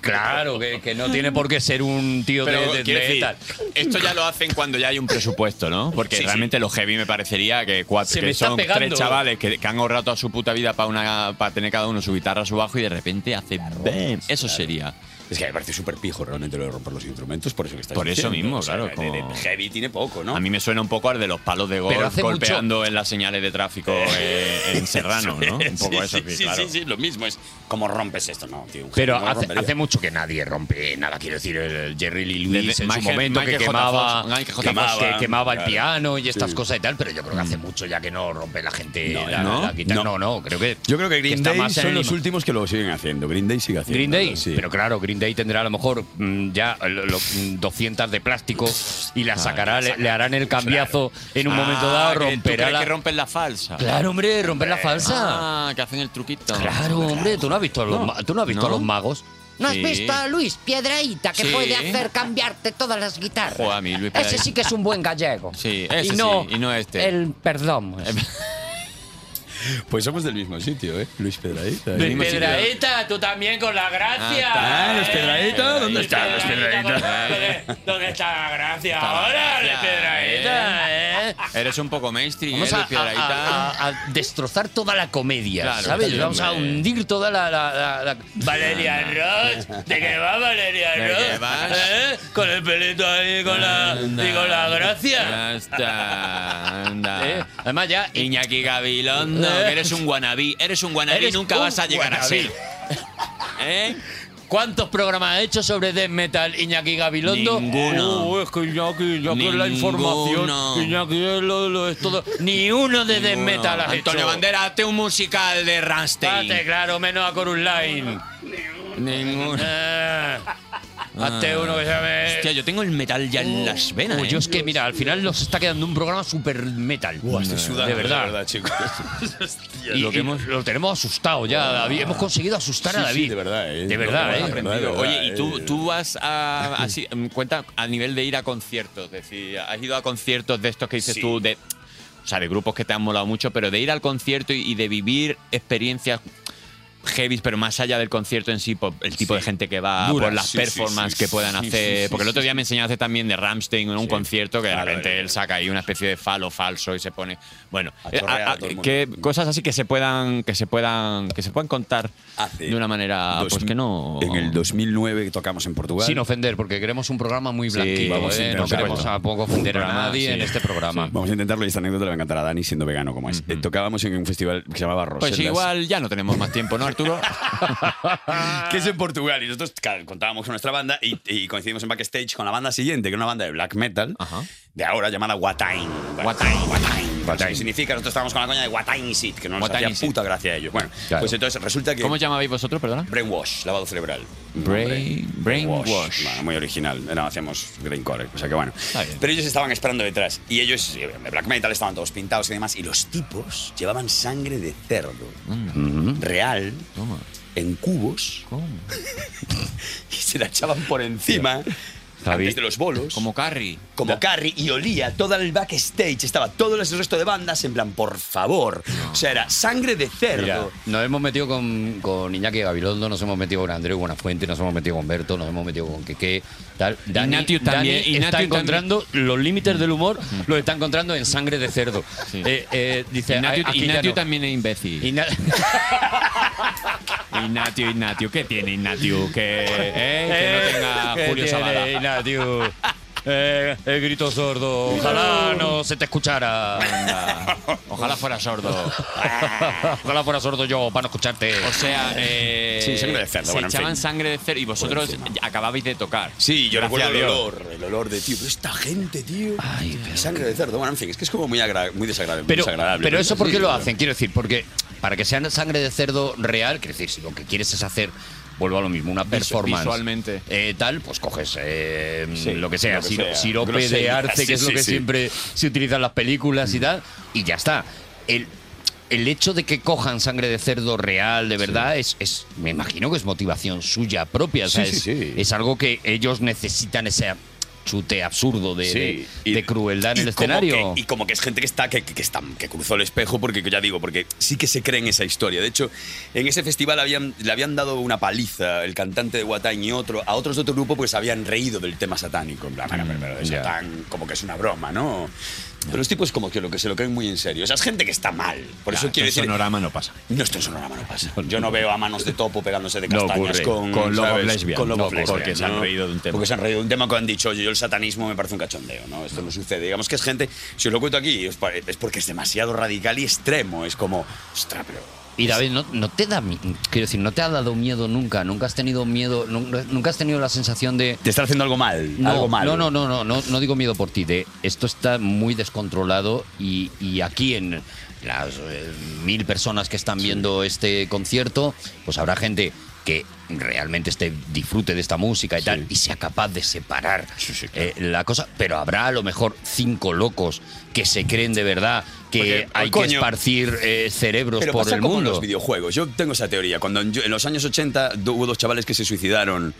Claro, que, que no tiene por qué ser un tío de- Pero, de, quiero decir, metal. esto ya lo hacen cuando ya hay un presupuesto, ¿no? Porque Sí, sí. realmente los heavy me parecería que, cuatro, Se que me está son pegando. tres chavales que, que han ahorrado toda su puta vida para una para tener cada uno su guitarra, su bajo y de repente hace bam. Eso sería. Es que me parece súper pijo realmente lo de romper los instrumentos, por eso que estás Por eso diciendo. mismo, O sea, claro, de- como- de- de heavy tiene poco, ¿no? A mí me suena un poco al de los palos de Pero golf hace golpeando en las señales de tráfico eh, en Serrano, ¿no? Un Sí, poco eso, sí, sí, sí, claro. sí, sí, lo mismo es cómo rompes esto, no, tío. un genio Pero no lo hace, rompería. hace mucho que nadie rompe nada. Quiero decir, el Jerry Lee Lewis Desde en su Michael- momento Michael que J. quemaba, Fox, Michael J. que Fox, que quemaba el claro. piano y estas Sí. cosas y tal, pero yo creo que hace mucho ya que no rompe la gente No, la, ¿no? la guitarra. No. No. no, creo que. Yo creo que Green está Day más en son el los ima- últimos que lo siguen haciendo. Green Day sigue haciendo. Green Day, sí. pero claro, Green Day tendrá a lo mejor mm, ya lo- lo- mm, 200 de plástico y la sacará, le, le harán el cambiazo en un momento dado, Ah, que tú romperá crees la. que rompen la falsa. Claro, hombre, romper la Eh, falsa. Ah, que hacen el truquito. Claro, hombre, tú no has visto a los, No. ma- tú no has visto a ¿No? los magos. ¿No has Sí. visto a Luis Piedraíta que Sí. puede hacer cambiarte todas las guitarras? Joder, a mí Luis ese Piedrahíta. sí que es un buen gallego. Sí, ese y no, sí, y no este. El perdón. Pues somos del mismo sitio, ¿eh? Luis Pedraíta. De Pedraeta, tú también con la gracia. Eh, Ah, los Pedraíta, ¿dónde están los Pedraíta? Pedraíta? ¿Dónde, dónde está la gracia? Está la Ahora, de gracia, Pedraeta, ¿eh? Eres un poco mainstream, Vamos ¿eh, a, Luis Piedrahíta? a- a- a destrozar toda la comedia, Claro, ¿sabes? sí, Vamos a hombre. hundir toda la. la- la- la- Valeria Ross, ¿de qué va Valeria ¿De Ross? qué vas? ¿Eh? Con el pelito ahí, con la, y con la gracia. Ya está, anda. ¿Eh? Además, ya. Iñaki Gabilondo, Eh. que eres un guanabí. Eres un guanabí, Eres nunca un vas a llegar a guanabí. ser. ¿Eh? ¿Cuántos programas ha hecho sobre death metal Iñaki Gabilondo? Ninguno. Uh, es que Iñaki, Iñaki es la Ninguno. información. Iñaki es lo, lo- es todo. Ni uno de death Ninguno. metal has Antonio hecho. Bandera, hazte un musical de Rammstein. Hazte, claro, menos a Chorus Line. Ninguno. Eh, hazte uno que se llame... Hostia, yo tengo el metal ya en las venas. Uy, Eh. ¿eh? Uh, pues yo es que, mira, al final nos está quedando un programa super metal. de verdad. chicos. Y, Lo lo, que hemos- lo tenemos asustado ya, David. Hemos conseguido asustar Sí, sí, a David. de verdad, ¿eh? De verdad, Lo hemos ¿eh? aprendido. De verdad, Oye, ¿y tú, eh. tú vas a, así, mm, cuenta a nivel de ir a conciertos? Es decir, ¿has ido a conciertos de estos que dices Sí. tú, de, o sea, de grupos que te han molado mucho, pero de ir al concierto y, y de vivir experiencias heavy, pero más allá del concierto en sí, por el tipo de gente que va, Duras, por las sí, sí, performances sí, que puedan sí, hacer. sí, sí, porque el otro día me enseñaste también de Ramstein en un concierto que de Ah, vale, repente vale. él saca ahí una especie de falo falso y se pone. Bueno, A eh, chorrear a- a a- todo el mundo. que- cosas así que se puedan, que se puedan, que se puedan contar Hace de una manera dos- pues que no En el 2009 que tocamos en Portugal. Sin ofender, porque queremos un programa muy Sí, blanquito. vamos a ¿eh? No intentar, queremos bueno. tampoco ofender a Programa, nadie sí. en este programa. Vamos a intentarlo y esta anécdota le va a encantar a Dani siendo vegano como es. Eh, Tocábamos en un festival que se llamaba Pues Rosellas. igual ya no tenemos más tiempo, ¿no? Arturo. que es en Portugal. Y nosotros claro, contábamos con nuestra banda y, y coincidimos en backstage con la banda siguiente, que era una banda de black metal de ahora llamada Watain. Watain. Watain. Watain. Significa, nosotros estábamos con la coña de Watain Sit, que no nos Watain hacía Sit. puta gracia a ellos. Bueno, Claro. pues entonces resulta que. ¿Cómo llamabais vosotros, perdona? Brainwash, lavado cerebral. Brain- brainwash. Bueno, muy original. Era- hacíamos Greencore, o sea que bueno. Pero ellos estaban esperando detrás. Y ellos, eh, de black metal, estaban todos pintados y demás. Y los tipos llevaban sangre de cerdo real en cubos. y se la echaban por encima. Antes de los bolos. Como Carrie. Como Carrie. Y olía todo el backstage. Estaba todo el resto de bandas en plan, por favor. O sea, era sangre de cerdo. Mira, nos hemos metido con, con Iñaki Gabilondo, nos hemos metido con Andreu Buenafuente, nos hemos metido con Berto, nos hemos metido con Keke. Tal. Dani, Ignatiu Dani también, Mm. está Ignatiu encontrando los límites del humor, los está encontrando en sangre de cerdo. Eh, eh, dice, Ignatiu, "Aquí ya Ignatiu no". también es imbécil. Ignatiu, Ignatiu, ¿qué tiene Ignatiu? Que, eh, que no tenga ¿Qué Julio tiene Sabada. Ignatiu? Eh, el grito sordo. Ojalá Uh. no se te escuchara. Ojalá fuera sordo. Ojalá fuera sordo yo para no escucharte. O sea, eh, Sí, sangre de cerdo, se bueno, en echaban fin. sangre de cerdo y vosotros acababais de tocar. Sí, yo Gracias recuerdo el a Dios. olor, el olor de tío. Pero esta gente, tío. sangre de cerdo. Bueno, en fin, es que es como muy, agra- muy desagradable. Pero, desagradable pero eso por Sí, qué lo claro. hacen, quiero decir, porque para que sean sangre de cerdo real, quiero decir, si lo que quieres es hacer, vuelvo a lo mismo, una performance. visualmente. eh, tal, pues coges eh, Sí, lo que sea, lo que siro- sea. sirope de Grosería, arce, sí, que es lo sí, que sí. siempre se utiliza en las películas y tal, y ya está. El, el hecho de que cojan sangre de cerdo real, de verdad, es, es- me imagino que es motivación suya propia. o sea, Sí, es, sí, sí. es algo que ellos necesitan ese chute absurdo de, Sí, de- de crueldad en Y el como escenario. que- y como que es gente que está que, que está- que cruzó el espejo porque que ya digo porque sí que se cree en esa historia. De hecho, en ese festival habían, le habían dado una paliza el cantante de Watain y otro a otros de otro grupo pues habían reído del tema satánico. En plan, "Bueno, pero- pero de Mm, ya. Satán como que es una broma, ¿no? Pero los tipos como que lo que se lo creen muy en serio. Esa es gente que está mal. Por eso quiero decir Sonorama no pasa. No, esto en Sonorama no pasa. Yo no veo a manos de topo pegándose de No castañas ocurre. con, Con lobos ¿sabes? lesbian. Con lobos No, lesbian, porque se han reído de un tema. Porque se han reído de un tema que han dicho, oye, yo el satanismo me parece un cachondeo, ¿no? Esto no, sucede. Digamos que es gente, si os lo cuento aquí, os pare- es porque es demasiado radical y extremo. Es como, ostras, pero... Y David, no, no te da, mi- quiero decir, no te ha dado miedo nunca, nunca has tenido miedo, nun- nunca has tenido la sensación de Te está haciendo algo mal, no, algo malo. No, no, no, no, no, no digo miedo por ti, de esto está muy descontrolado y, y aquí en las eh, mil personas que están viendo este concierto, pues habrá gente que realmente esté, disfrute de esta música y tal, y sea capaz de separar eh, la cosa, pero habrá a lo mejor cinco locos que se creen de verdad que Porque, hay que coño, esparcir eh, cerebros Pero por pasa el como en mundo. los videojuegos. Yo tengo esa teoría. Cuando en, yo- en los años 80 do- hubo dos chavales que se suicidaron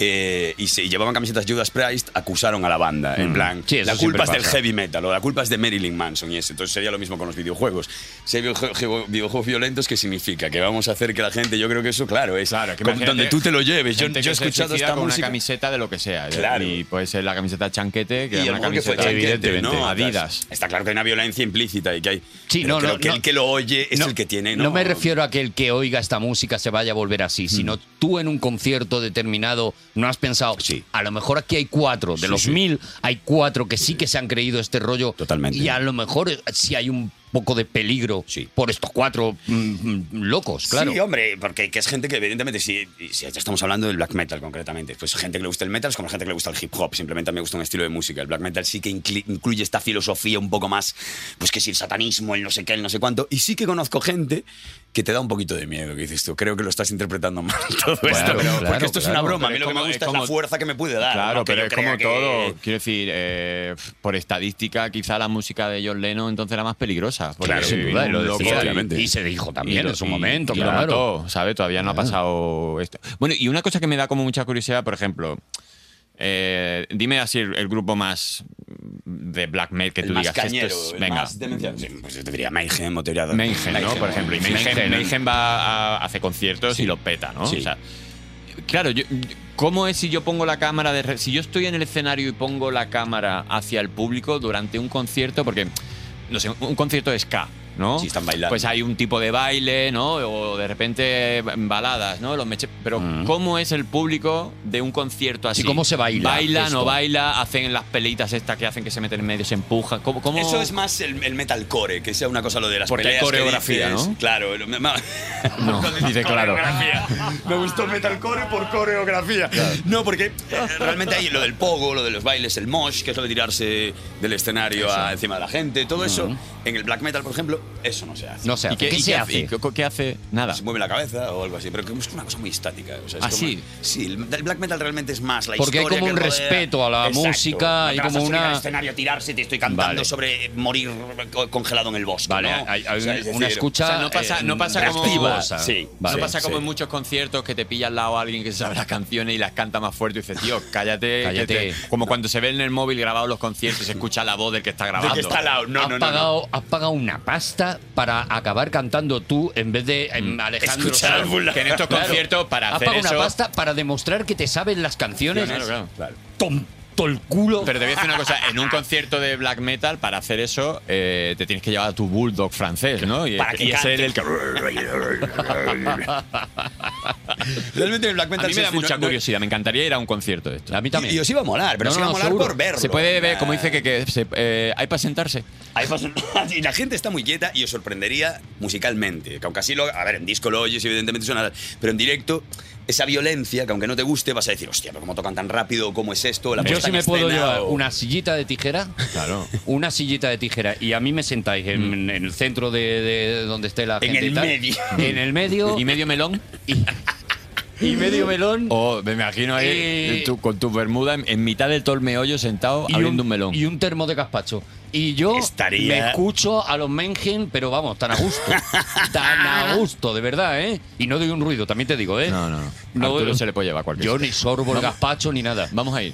eh, y, se, y llevaban camisetas Judas Priest, acusaron a la banda. En Mm. plan, Sí, eso la siempre culpa es del pasa. heavy metal o la culpa es de Marilyn Manson y ese. Entonces sería lo mismo con los videojuegos. Si hay videoje- ge- videojuegos violentos, ¿qué significa? Que vamos a hacer que la gente, yo creo que eso, claro, es Que con- imagínate, donde tú te lo lleves. Pues Yo, gente yo he que se escuchado suicida esta con música. una camiseta de lo que sea. ¿eh? Claro. Y puede ser la camiseta chanquete, Y que era a lo una mejor que fue camiseta chanquete, ¿no? Adidas. Está claro que hay una violencia implícita y que hay. Sí, pero no, creo no, que no. el que lo oye es el que tiene. No, Mm. No me refiero a que el que oiga esta música se vaya a volver así, sino tú en un concierto determinado no has pensado, a lo mejor aquí hay cuatro, de Sí, los sí. mil hay cuatro que sí que se han creído este rollo. Totalmente. Y a lo mejor eh, sí hay un poco de peligro por estos cuatro mm, mm, locos, claro. Sí, hombre, porque que es gente que evidentemente, si, si ya estamos hablando del black metal concretamente, pues gente que le gusta el metal es como gente que le gusta el hip hop, simplemente a mí me gusta un estilo de música. El black metal sí que incli- incluye esta filosofía un poco más, pues que si el satanismo, el no sé qué, el no sé cuánto, y sí que conozco gente que te da un poquito de miedo, que dices tú, creo que lo estás interpretando mal todo Claro, esto, pero- porque claro, esto es claro. una broma, a mí Pero lo que me como- gusta es es la como- fuerza que me puede dar. Claro, ¿no? Que pero yo es crea como que- todo. Quiero decir, eh, por estadística, quizá la música de John Lennon entonces era más peligrosa. porque Claro, sin vino duda, y un lo loco decía, y- y- y se dijo también lo- en su momento, y lo claro. mató, ¿sabe? Todavía no ha pasado esto. Bueno, y una cosa que me da como mucha curiosidad, por ejemplo, eh, dime así el, el grupo más de black metal que El tú más digas. cañero, esto es- el venga. más demencial. Sí, Pues yo te diría Mayhem o te diría Mayhem, ¿no? Por ejemplo. Y Mayhem, Mayhem va a, hace conciertos y lo peta, ¿no? Sí. O sea, claro, yo- ¿cómo es si yo pongo la cámara de... re- Si yo estoy en el escenario y pongo la cámara hacia el público durante un concierto, porque, no sé, un concierto de ska, ¿no? Sí, están bailando. Pues hay un tipo de baile, ¿no? O de repente baladas, ¿no? Los meche- Pero ¿cómo es el público de un concierto así? ¿Y cómo se baila ¿Baila, esto? no baila? ¿Hacen las peleitas estas que hacen que se meten en medio, se empujan? ¿Cómo, cómo- Eso es más el, el metalcore, que sea una cosa lo de las Porque hay peleas que coreografía, dices. ¿no? Claro. lo- me- ma- No, dice, claro. Coreografía. Me gustó metalcore por coreografía. No, porque eh, realmente hay lo del pogo, lo de los bailes, el mosh, que es lo de tirarse del escenario a encima de la gente, todo eso. En el black metal, por ejemplo, eso no se hace. No se hace. ¿Y ¿Qué y se hace? y qué- ¿Qué hace? Nada. Se mueve la cabeza o algo así, pero que es una cosa muy estática. o sea, es ¿Ah, como- sí? Sí, el el black metal realmente es más la Porque hay historia como que un rodea- respeto a la Exacto. música, No hay te vas como a subir una- al escenario, tirarse, te estoy cantando Vale. sobre morir co- congelado en el bosque. Vale, ¿no? hay- hay O sea, un- es una escucha, O sea, no pasa, eh, no pasa como, respetuosa. Sí, Vale, no pasa como sí. en muchos conciertos que te pilla al lado alguien que se sabe las canciones y las canta más fuerte y dices, tío, cállate. Cállate. que te- como cuando se ve en el móvil grabados los conciertos y se escucha la voz del que está grabando. has pagado, Has pagado una pasta para acabar cantando tú en vez de Mm. em, Alejandro. Escuchar Sanz. algún lado. Que en estos conciertos, para has hacer pagado eso- una pasta para demostrar que te sabes las canciones. Claro, claro. Tonto el culo. Pero te voy a decir una cosa, en un concierto de black metal, para hacer eso, eh, te tienes que llevar a tu bulldog francés, ¿no? Y, Para que y es cante. él el que... Realmente el black A metal mí me sí, da sí, no- mucha no- curiosidad, me encantaría ir a un concierto de esto. A mí Y- y os iba a molar, pero os iba a molar por verlo. Se puede ver, como dice que, que se- eh, hay para sentarse. Ahí pasa- y la gente está muy quieta y os sorprendería musicalmente. Que aunque así lo. A ver, en disco lo oyes, evidentemente suena. Pero en directo, esa violencia, que aunque no te guste, vas a decir, hostia, pero cómo tocan tan rápido, cómo es esto, la Yo puesta sí en me puedo escena, llevar o- una sillita de tijera. Claro. Mm. Una sillita de tijera. Y a mí me sentáis en, en el centro de, de donde esté la En gente. y el tal. medio. En el medio. ¿Y medio melón? y medio melón. O me imagino ahí Eh, tú, con tu bermuda en, en mitad del tolmeollo sentado y abriendo un, melón. Y un termo de gazpacho. Y yo Estaría- me escucho a los Mengen, pero vamos, tan a gusto. tan a gusto, de verdad, ¿eh? Y no doy un ruido, también te digo, ¿eh? No, no, no. Arturo se le puede llevar cualquier Yo cosa. ni sorbo el Vamos- gazpacho ni nada. Vamos a ir.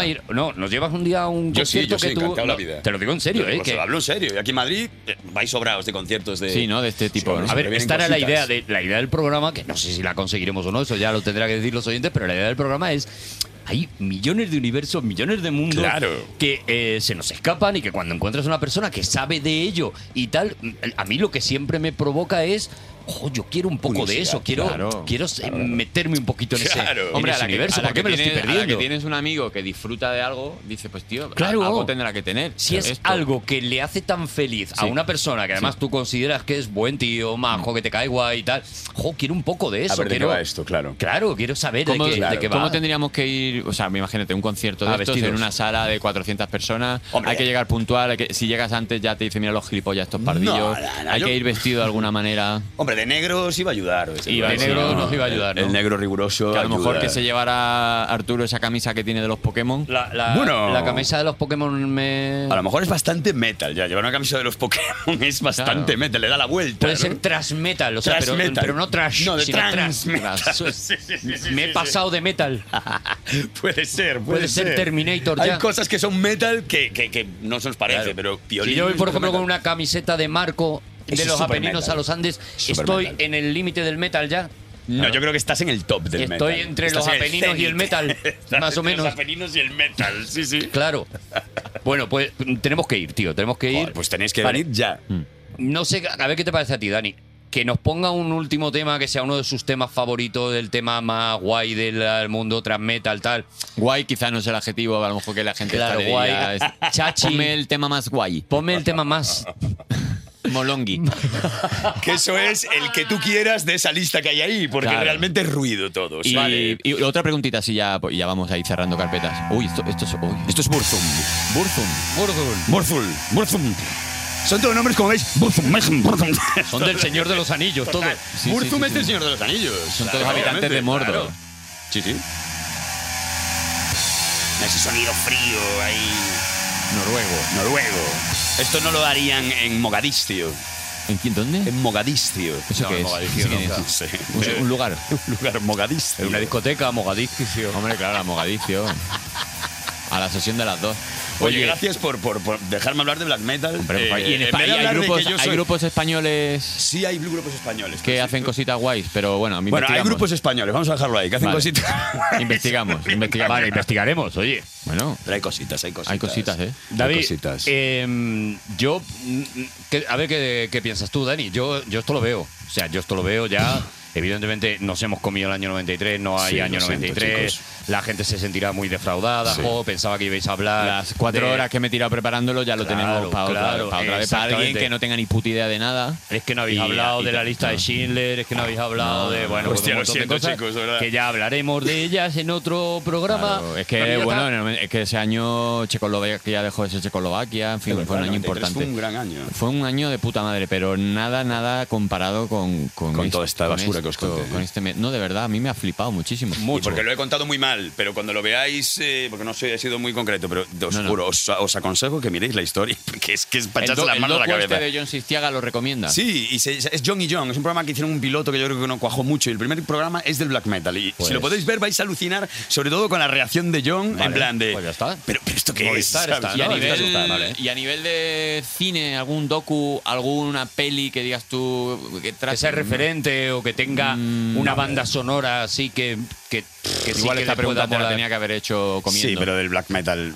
día. a ir. No, nos llevas un día a un Yo sí, concierto yo sí, que tú. encantado la no, vida. te lo digo en serio, Yo, ¿eh? pues, Que, lo hablo en serio. Y aquí en Madrid eh, vais sobrados de conciertos de. Sí, ¿no? De este tipo, ¿no? a ver, vienen esta era la cositas. idea, de, la idea del programa, que no sé si la conseguiremos o no, eso ya lo tendrá que decir los oyentes, pero la idea del programa es. Hay millones de universos, millones de mundos Claro. que eh, se nos escapan y que cuando encuentras una persona que sabe de ello y tal, a mí lo que siempre me provoca es. "Ojo, yo quiero un poco de Curiosidad, eso, quiero, claro. quiero eh, meterme un poquito en ese, en Hombre, a ese la que, universo. a la ¿Por que qué me lo estoy tienes- a la perdiendo? que tienes un amigo que disfruta de algo, dice, pues tío, Claro. algo tendrá que tener. Si es Esto. algo que le hace tan feliz a Sí. una persona que además tú consideras que es buen tío, majo, que te cae guay y tal, jo, quiero un poco de eso. A ver, ¿de qué quiero, va esto? Claro. Claro, quiero saber de ¿Cómo, qué, de qué va. cómo tendríamos que ir? O sea, me imagínate, un concierto de Ah, estos en vestidos. una sala de 400 personas. Hombre. Hay que llegar puntual. hay que- si llegas antes, ya te dice, mira los gilipollas, estos pardillos. no, no, hay yo- que ir vestido de alguna manera. Hombre, de negros iba a ayudar. desde Iba- luego. de negro Sí, nos iba a ayudar, El, ¿no? el negro riguroso. Que a lo mejor ayuda. que se llevara Arturo esa camisa que tiene de los Pokémon. La, la- Bueno. la camisa de los Pokémon me. A lo mejor es bastante metal ya. Llevar una camisa de los Pokémon es bastante Claro. metal, le da la vuelta. Puede ¿no? ser trash metal, o sea, Thrash pero, metal. pero no trash, No, de sino trans thrash. metal. Sí, sí, sí, sí, me he sí, pasado de metal. Puede ser, puede, Puede ser Terminator Hay ya. cosas que son metal que, que- que no se nos parece, pero Si Piolín yo voy, por es ejemplo, metal. con una camiseta de Marco Eso de es los super Apeninos metal. a los Andes, Super estoy metal. en el límite del metal ya. No, yo creo que estás en el top del Estoy metal. entre Estás los en Apeninos y zenit. el metal, Estás más o entre menos. Los Apeninos y el metal, sí, sí. Claro. Bueno, pues tenemos que ir, tío. Tenemos que ir. Joder, pues tenéis que Vale. Mm. venir ya. No sé, a ver qué te parece a ti, Dani. Que nos ponga un último tema que sea uno de sus temas favoritos, el tema más guay del eh, mundo tras metal, tal. Guay, quizá no es el adjetivo, a lo mejor que la gente Claro, está guay. Chachi. Ponme el tema más guay. Ponme el tema más. Molongi. Que eso es el que tú quieras de esa lista que hay ahí, porque Claro. realmente es ruido todo. Y, vale. y otra preguntita, si ya, y ya vamos ahí cerrando carpetas. Uy, esto, esto es. uy. Esto es Burzum. Burzum. Burzul. Burzum. Son todos nombres, como veis, Burzum, Mechem, Burzum. Son del Señor de los Anillos, todo. sí, Burzum sí, es el Señor de los Anillos. Son todos habitantes de Mordor. Mordo. Sí, sí. Ese sonido frío ahí. Noruego. Noruego. Esto no lo harían en Mogadiscio. ¿En quién? ¿Dónde? En Mogadiscio. ¿Eso No, qué en es? Mogadiscio ¿Eso quién no, es? no sé. Un, un lugar. Un lugar Mogadiscio. En una discoteca, Mogadiscio. Hombre, claro, a Mogadiscio. A la sesión de las dos. Oye, gracias por, por- por dejarme hablar de black metal. Hombre, Eh, y en en España vez de hay hablar de que grupos- yo hay soy- grupos españoles Sí, hay grupos españoles. que hacen cositas guays, pero bueno, a mí Bueno, hay investigamos. grupos españoles, vamos a dejarlo ahí, que hacen Vale. cositas. Investigamos, investigamos. Vale, investigaremos, oye. Bueno. Pero hay cositas, hay cositas. Hay cositas, ¿eh? David, Hay cositas. eh, yo, mm, mm, que- a ver ¿qué, qué piensas tú, Dani. Yo, yo esto lo veo. O sea, yo esto lo veo ya. Evidentemente nos hemos comido el año 93, no hay Sí, año lo siento, 93. la gente se sentirá muy defraudada. Sí. Jo, pensaba que ibais a hablar. Las cuatro de- horas que me he tirado preparándolo ya lo Claro, tenemos para otra, claro, para otra vez. Para alguien exactamente. que no tenga ni puta idea de nada. Es que no habéis Y- hablado y de la tal. lista de Schindler, es que no habéis hablado No, de. no, Bueno, hostia, pues lo un montón de siento, cosas chicos, de verdad. que ya hablaremos de ellas en otro programa. Claro, es Pero que, ya bueno, está. en el- es que ese año Checoslovaquia dejó de ser Checoslovaquia, en fin, Es verdad, fue un año 93 importante. fue un gran año. Fue un año de puta madre, pero nada, nada comparado con... Con, Con es- toda esta basura que os conté, con ¿eh? este me- No, de verdad, a mí me ha flipado muchísimo. Y porque lo he contado muy mal, pero cuando lo veáis, eh, porque no soy, he sido muy concreto, pero os juro, os, os aconsejo que miréis la historia, porque es que es para El echarse do- las el manos a la docu este cabeza. de John Sistiaga lo recomienda. Sí, y se- es John y John. Es un programa que hicieron un piloto que yo creo que no cuajó mucho. Y el primer programa es del black metal. Y Pues- si lo podéis ver, vais a alucinar, sobre todo con la reacción de John, en Vale, plan de. pues ya está. ¿Pero, pero esto qué Movistar es? está, ¿Sabes? ¿no? No, y, a está ¿eh? nivel, total, vale. y a nivel de cine, algún docu, alguna peli que digas tú que que trate- sea referente o que tenga Mm, una eh. banda sonora así que, que, que sí Igual que esta le pueda pregunta te la molar. tenía que haber hecho comiendo. Sí, pero del black metal.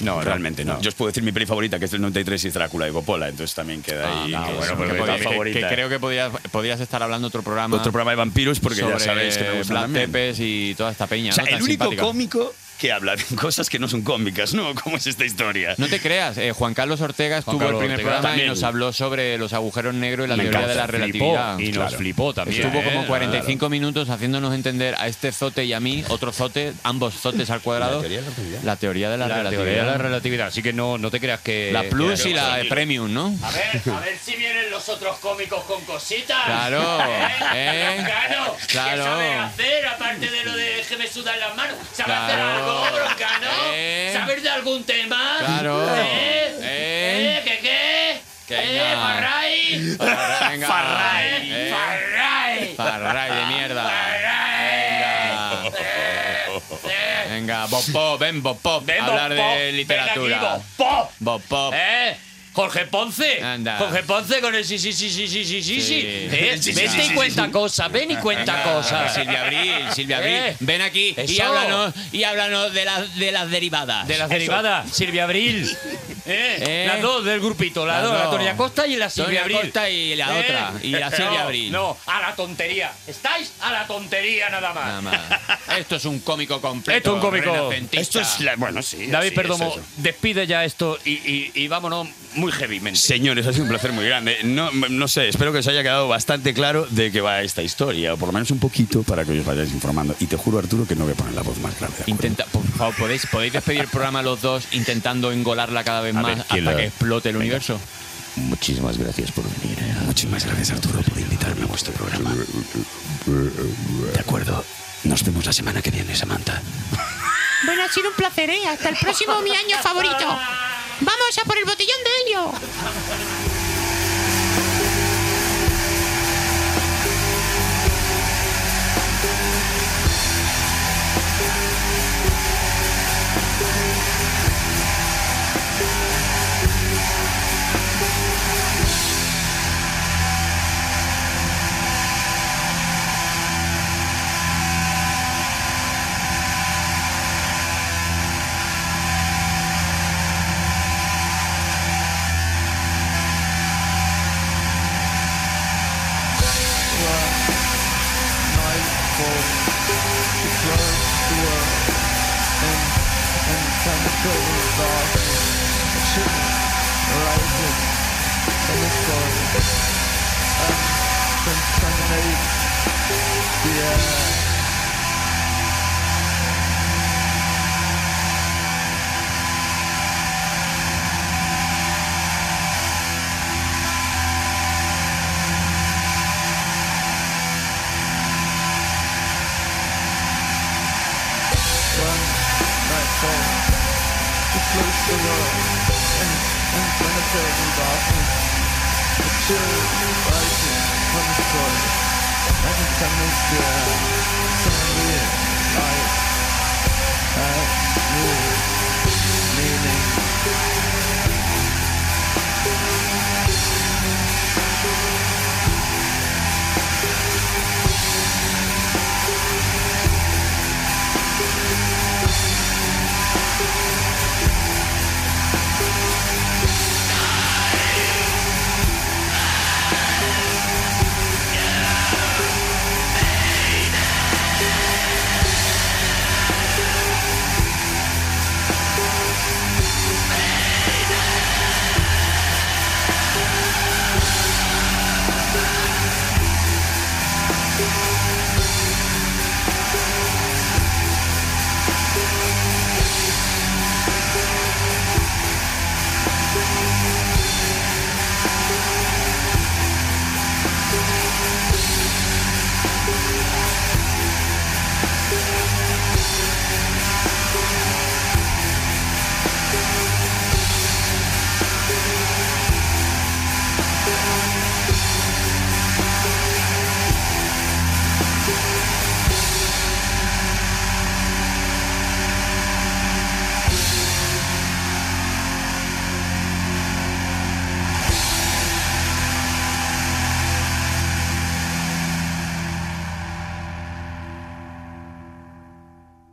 No, realmente no. Yo os puedo decir mi peli favorita, que es del 93 y es Drácula de Coppola, entonces también queda Ah, ahí. no, que es mi bueno, pues peli podía- que- favorita. que creo que podías, podías estar hablando otro programa. Otro programa de vampiros, porque ya sobre sabéis que me gustan Black también. Pepes y toda esta peña. O sea, ¿no? Tan el único simpática. cómico que habla de cosas que no son cómicas, ¿no? ¿Cómo es esta historia? No te creas, eh, Juan Carlos Ortega estuvo Carlos el primer Ortega programa también. y nos habló sobre los agujeros negros y la Me teoría encanta. de la Flipó, relatividad. y nos flipó también, Estuvo ¿eh? como Claro. 45 minutos haciéndonos entender a este zote y a mí, otro zote, ambos zotes al cuadrado. ¿La teoría de la relatividad? La teoría de la La relatividad. teoría de la relatividad, así que no, no te creas que... Eh, La plus que- y la premium, ¿no? A ver, a ver si vienen los otros cómicos con cositas. Claro, ¿Eh? ¿eh? Broncano, Claro. ¿Qué sabe hacer aparte de lo de déjeme sudar las manos? ¿Sabe hacer Claro. eh, algo, Broncano? ¿Saber de algún tema? Claro. ¿Eh? ¿Eh? ¿Eh? ¿Qué qué? Que ¿Eh? no. ¿Farray? Farray, venga. Farray. Eh. Farray. Farray de mierda. Venga. Venga, Bob Pop, ven Bob Pop, Ven, Bob hablar Pop, de ven literatura. aquí, Bob Pop. Bob Pop. ¿Eh? Jorge Ponce. Anda. Jorge Ponce con el sí, sí, sí, sí, sí, sí, sí. sí. Sí. ¿Eh? Sí, sí, Vete sí, y sí, cuenta cosas, ven y cuenta Venga, cosas. Silvia Abril, Silvia Abril, ¿Eh? ven aquí y Eso. háblanos, y háblanos de, las de las derivadas. De las Eso. derivadas, Silvia Abril. ¿Eh? ¿Eh? Las dos del grupito, las Las dos, la dos. Tonia Costa y la Tonia Silvia Abril. ¿Eh? Costa y la otra, y la No, Silvia Abril. No, a la tontería. Estáis a la tontería nada más. Nada más. Esto es un cómico completo. Esto es un cómico. renacentista. Esto es la- bueno, sí. David sí, Perdomo, es eso. despide ya esto y, y- y vámonos muy heavymente. Señores, ha sido un placer muy grande. No, no sé, espero que os haya quedado bastante claro de qué va esta historia, o por lo menos un poquito para que os vayáis informando. Y te juro, Arturo, que no voy a poner la voz más grave. Intenta, por favor, ¿podéis, podéis despedir el programa los dos intentando engolarla cada vez A más ver, hasta ¿quién la- que explote el universo. Muchísimas gracias por venir. Muchísimas gracias, Arturo, por invitarme a vuestro programa. De acuerdo. Nos vemos la semana que viene, Samantha. Bueno, ha sido un placer, ¿eh? Hasta el próximo mi año favorito. Vamos a por el botellón de helio. Meaning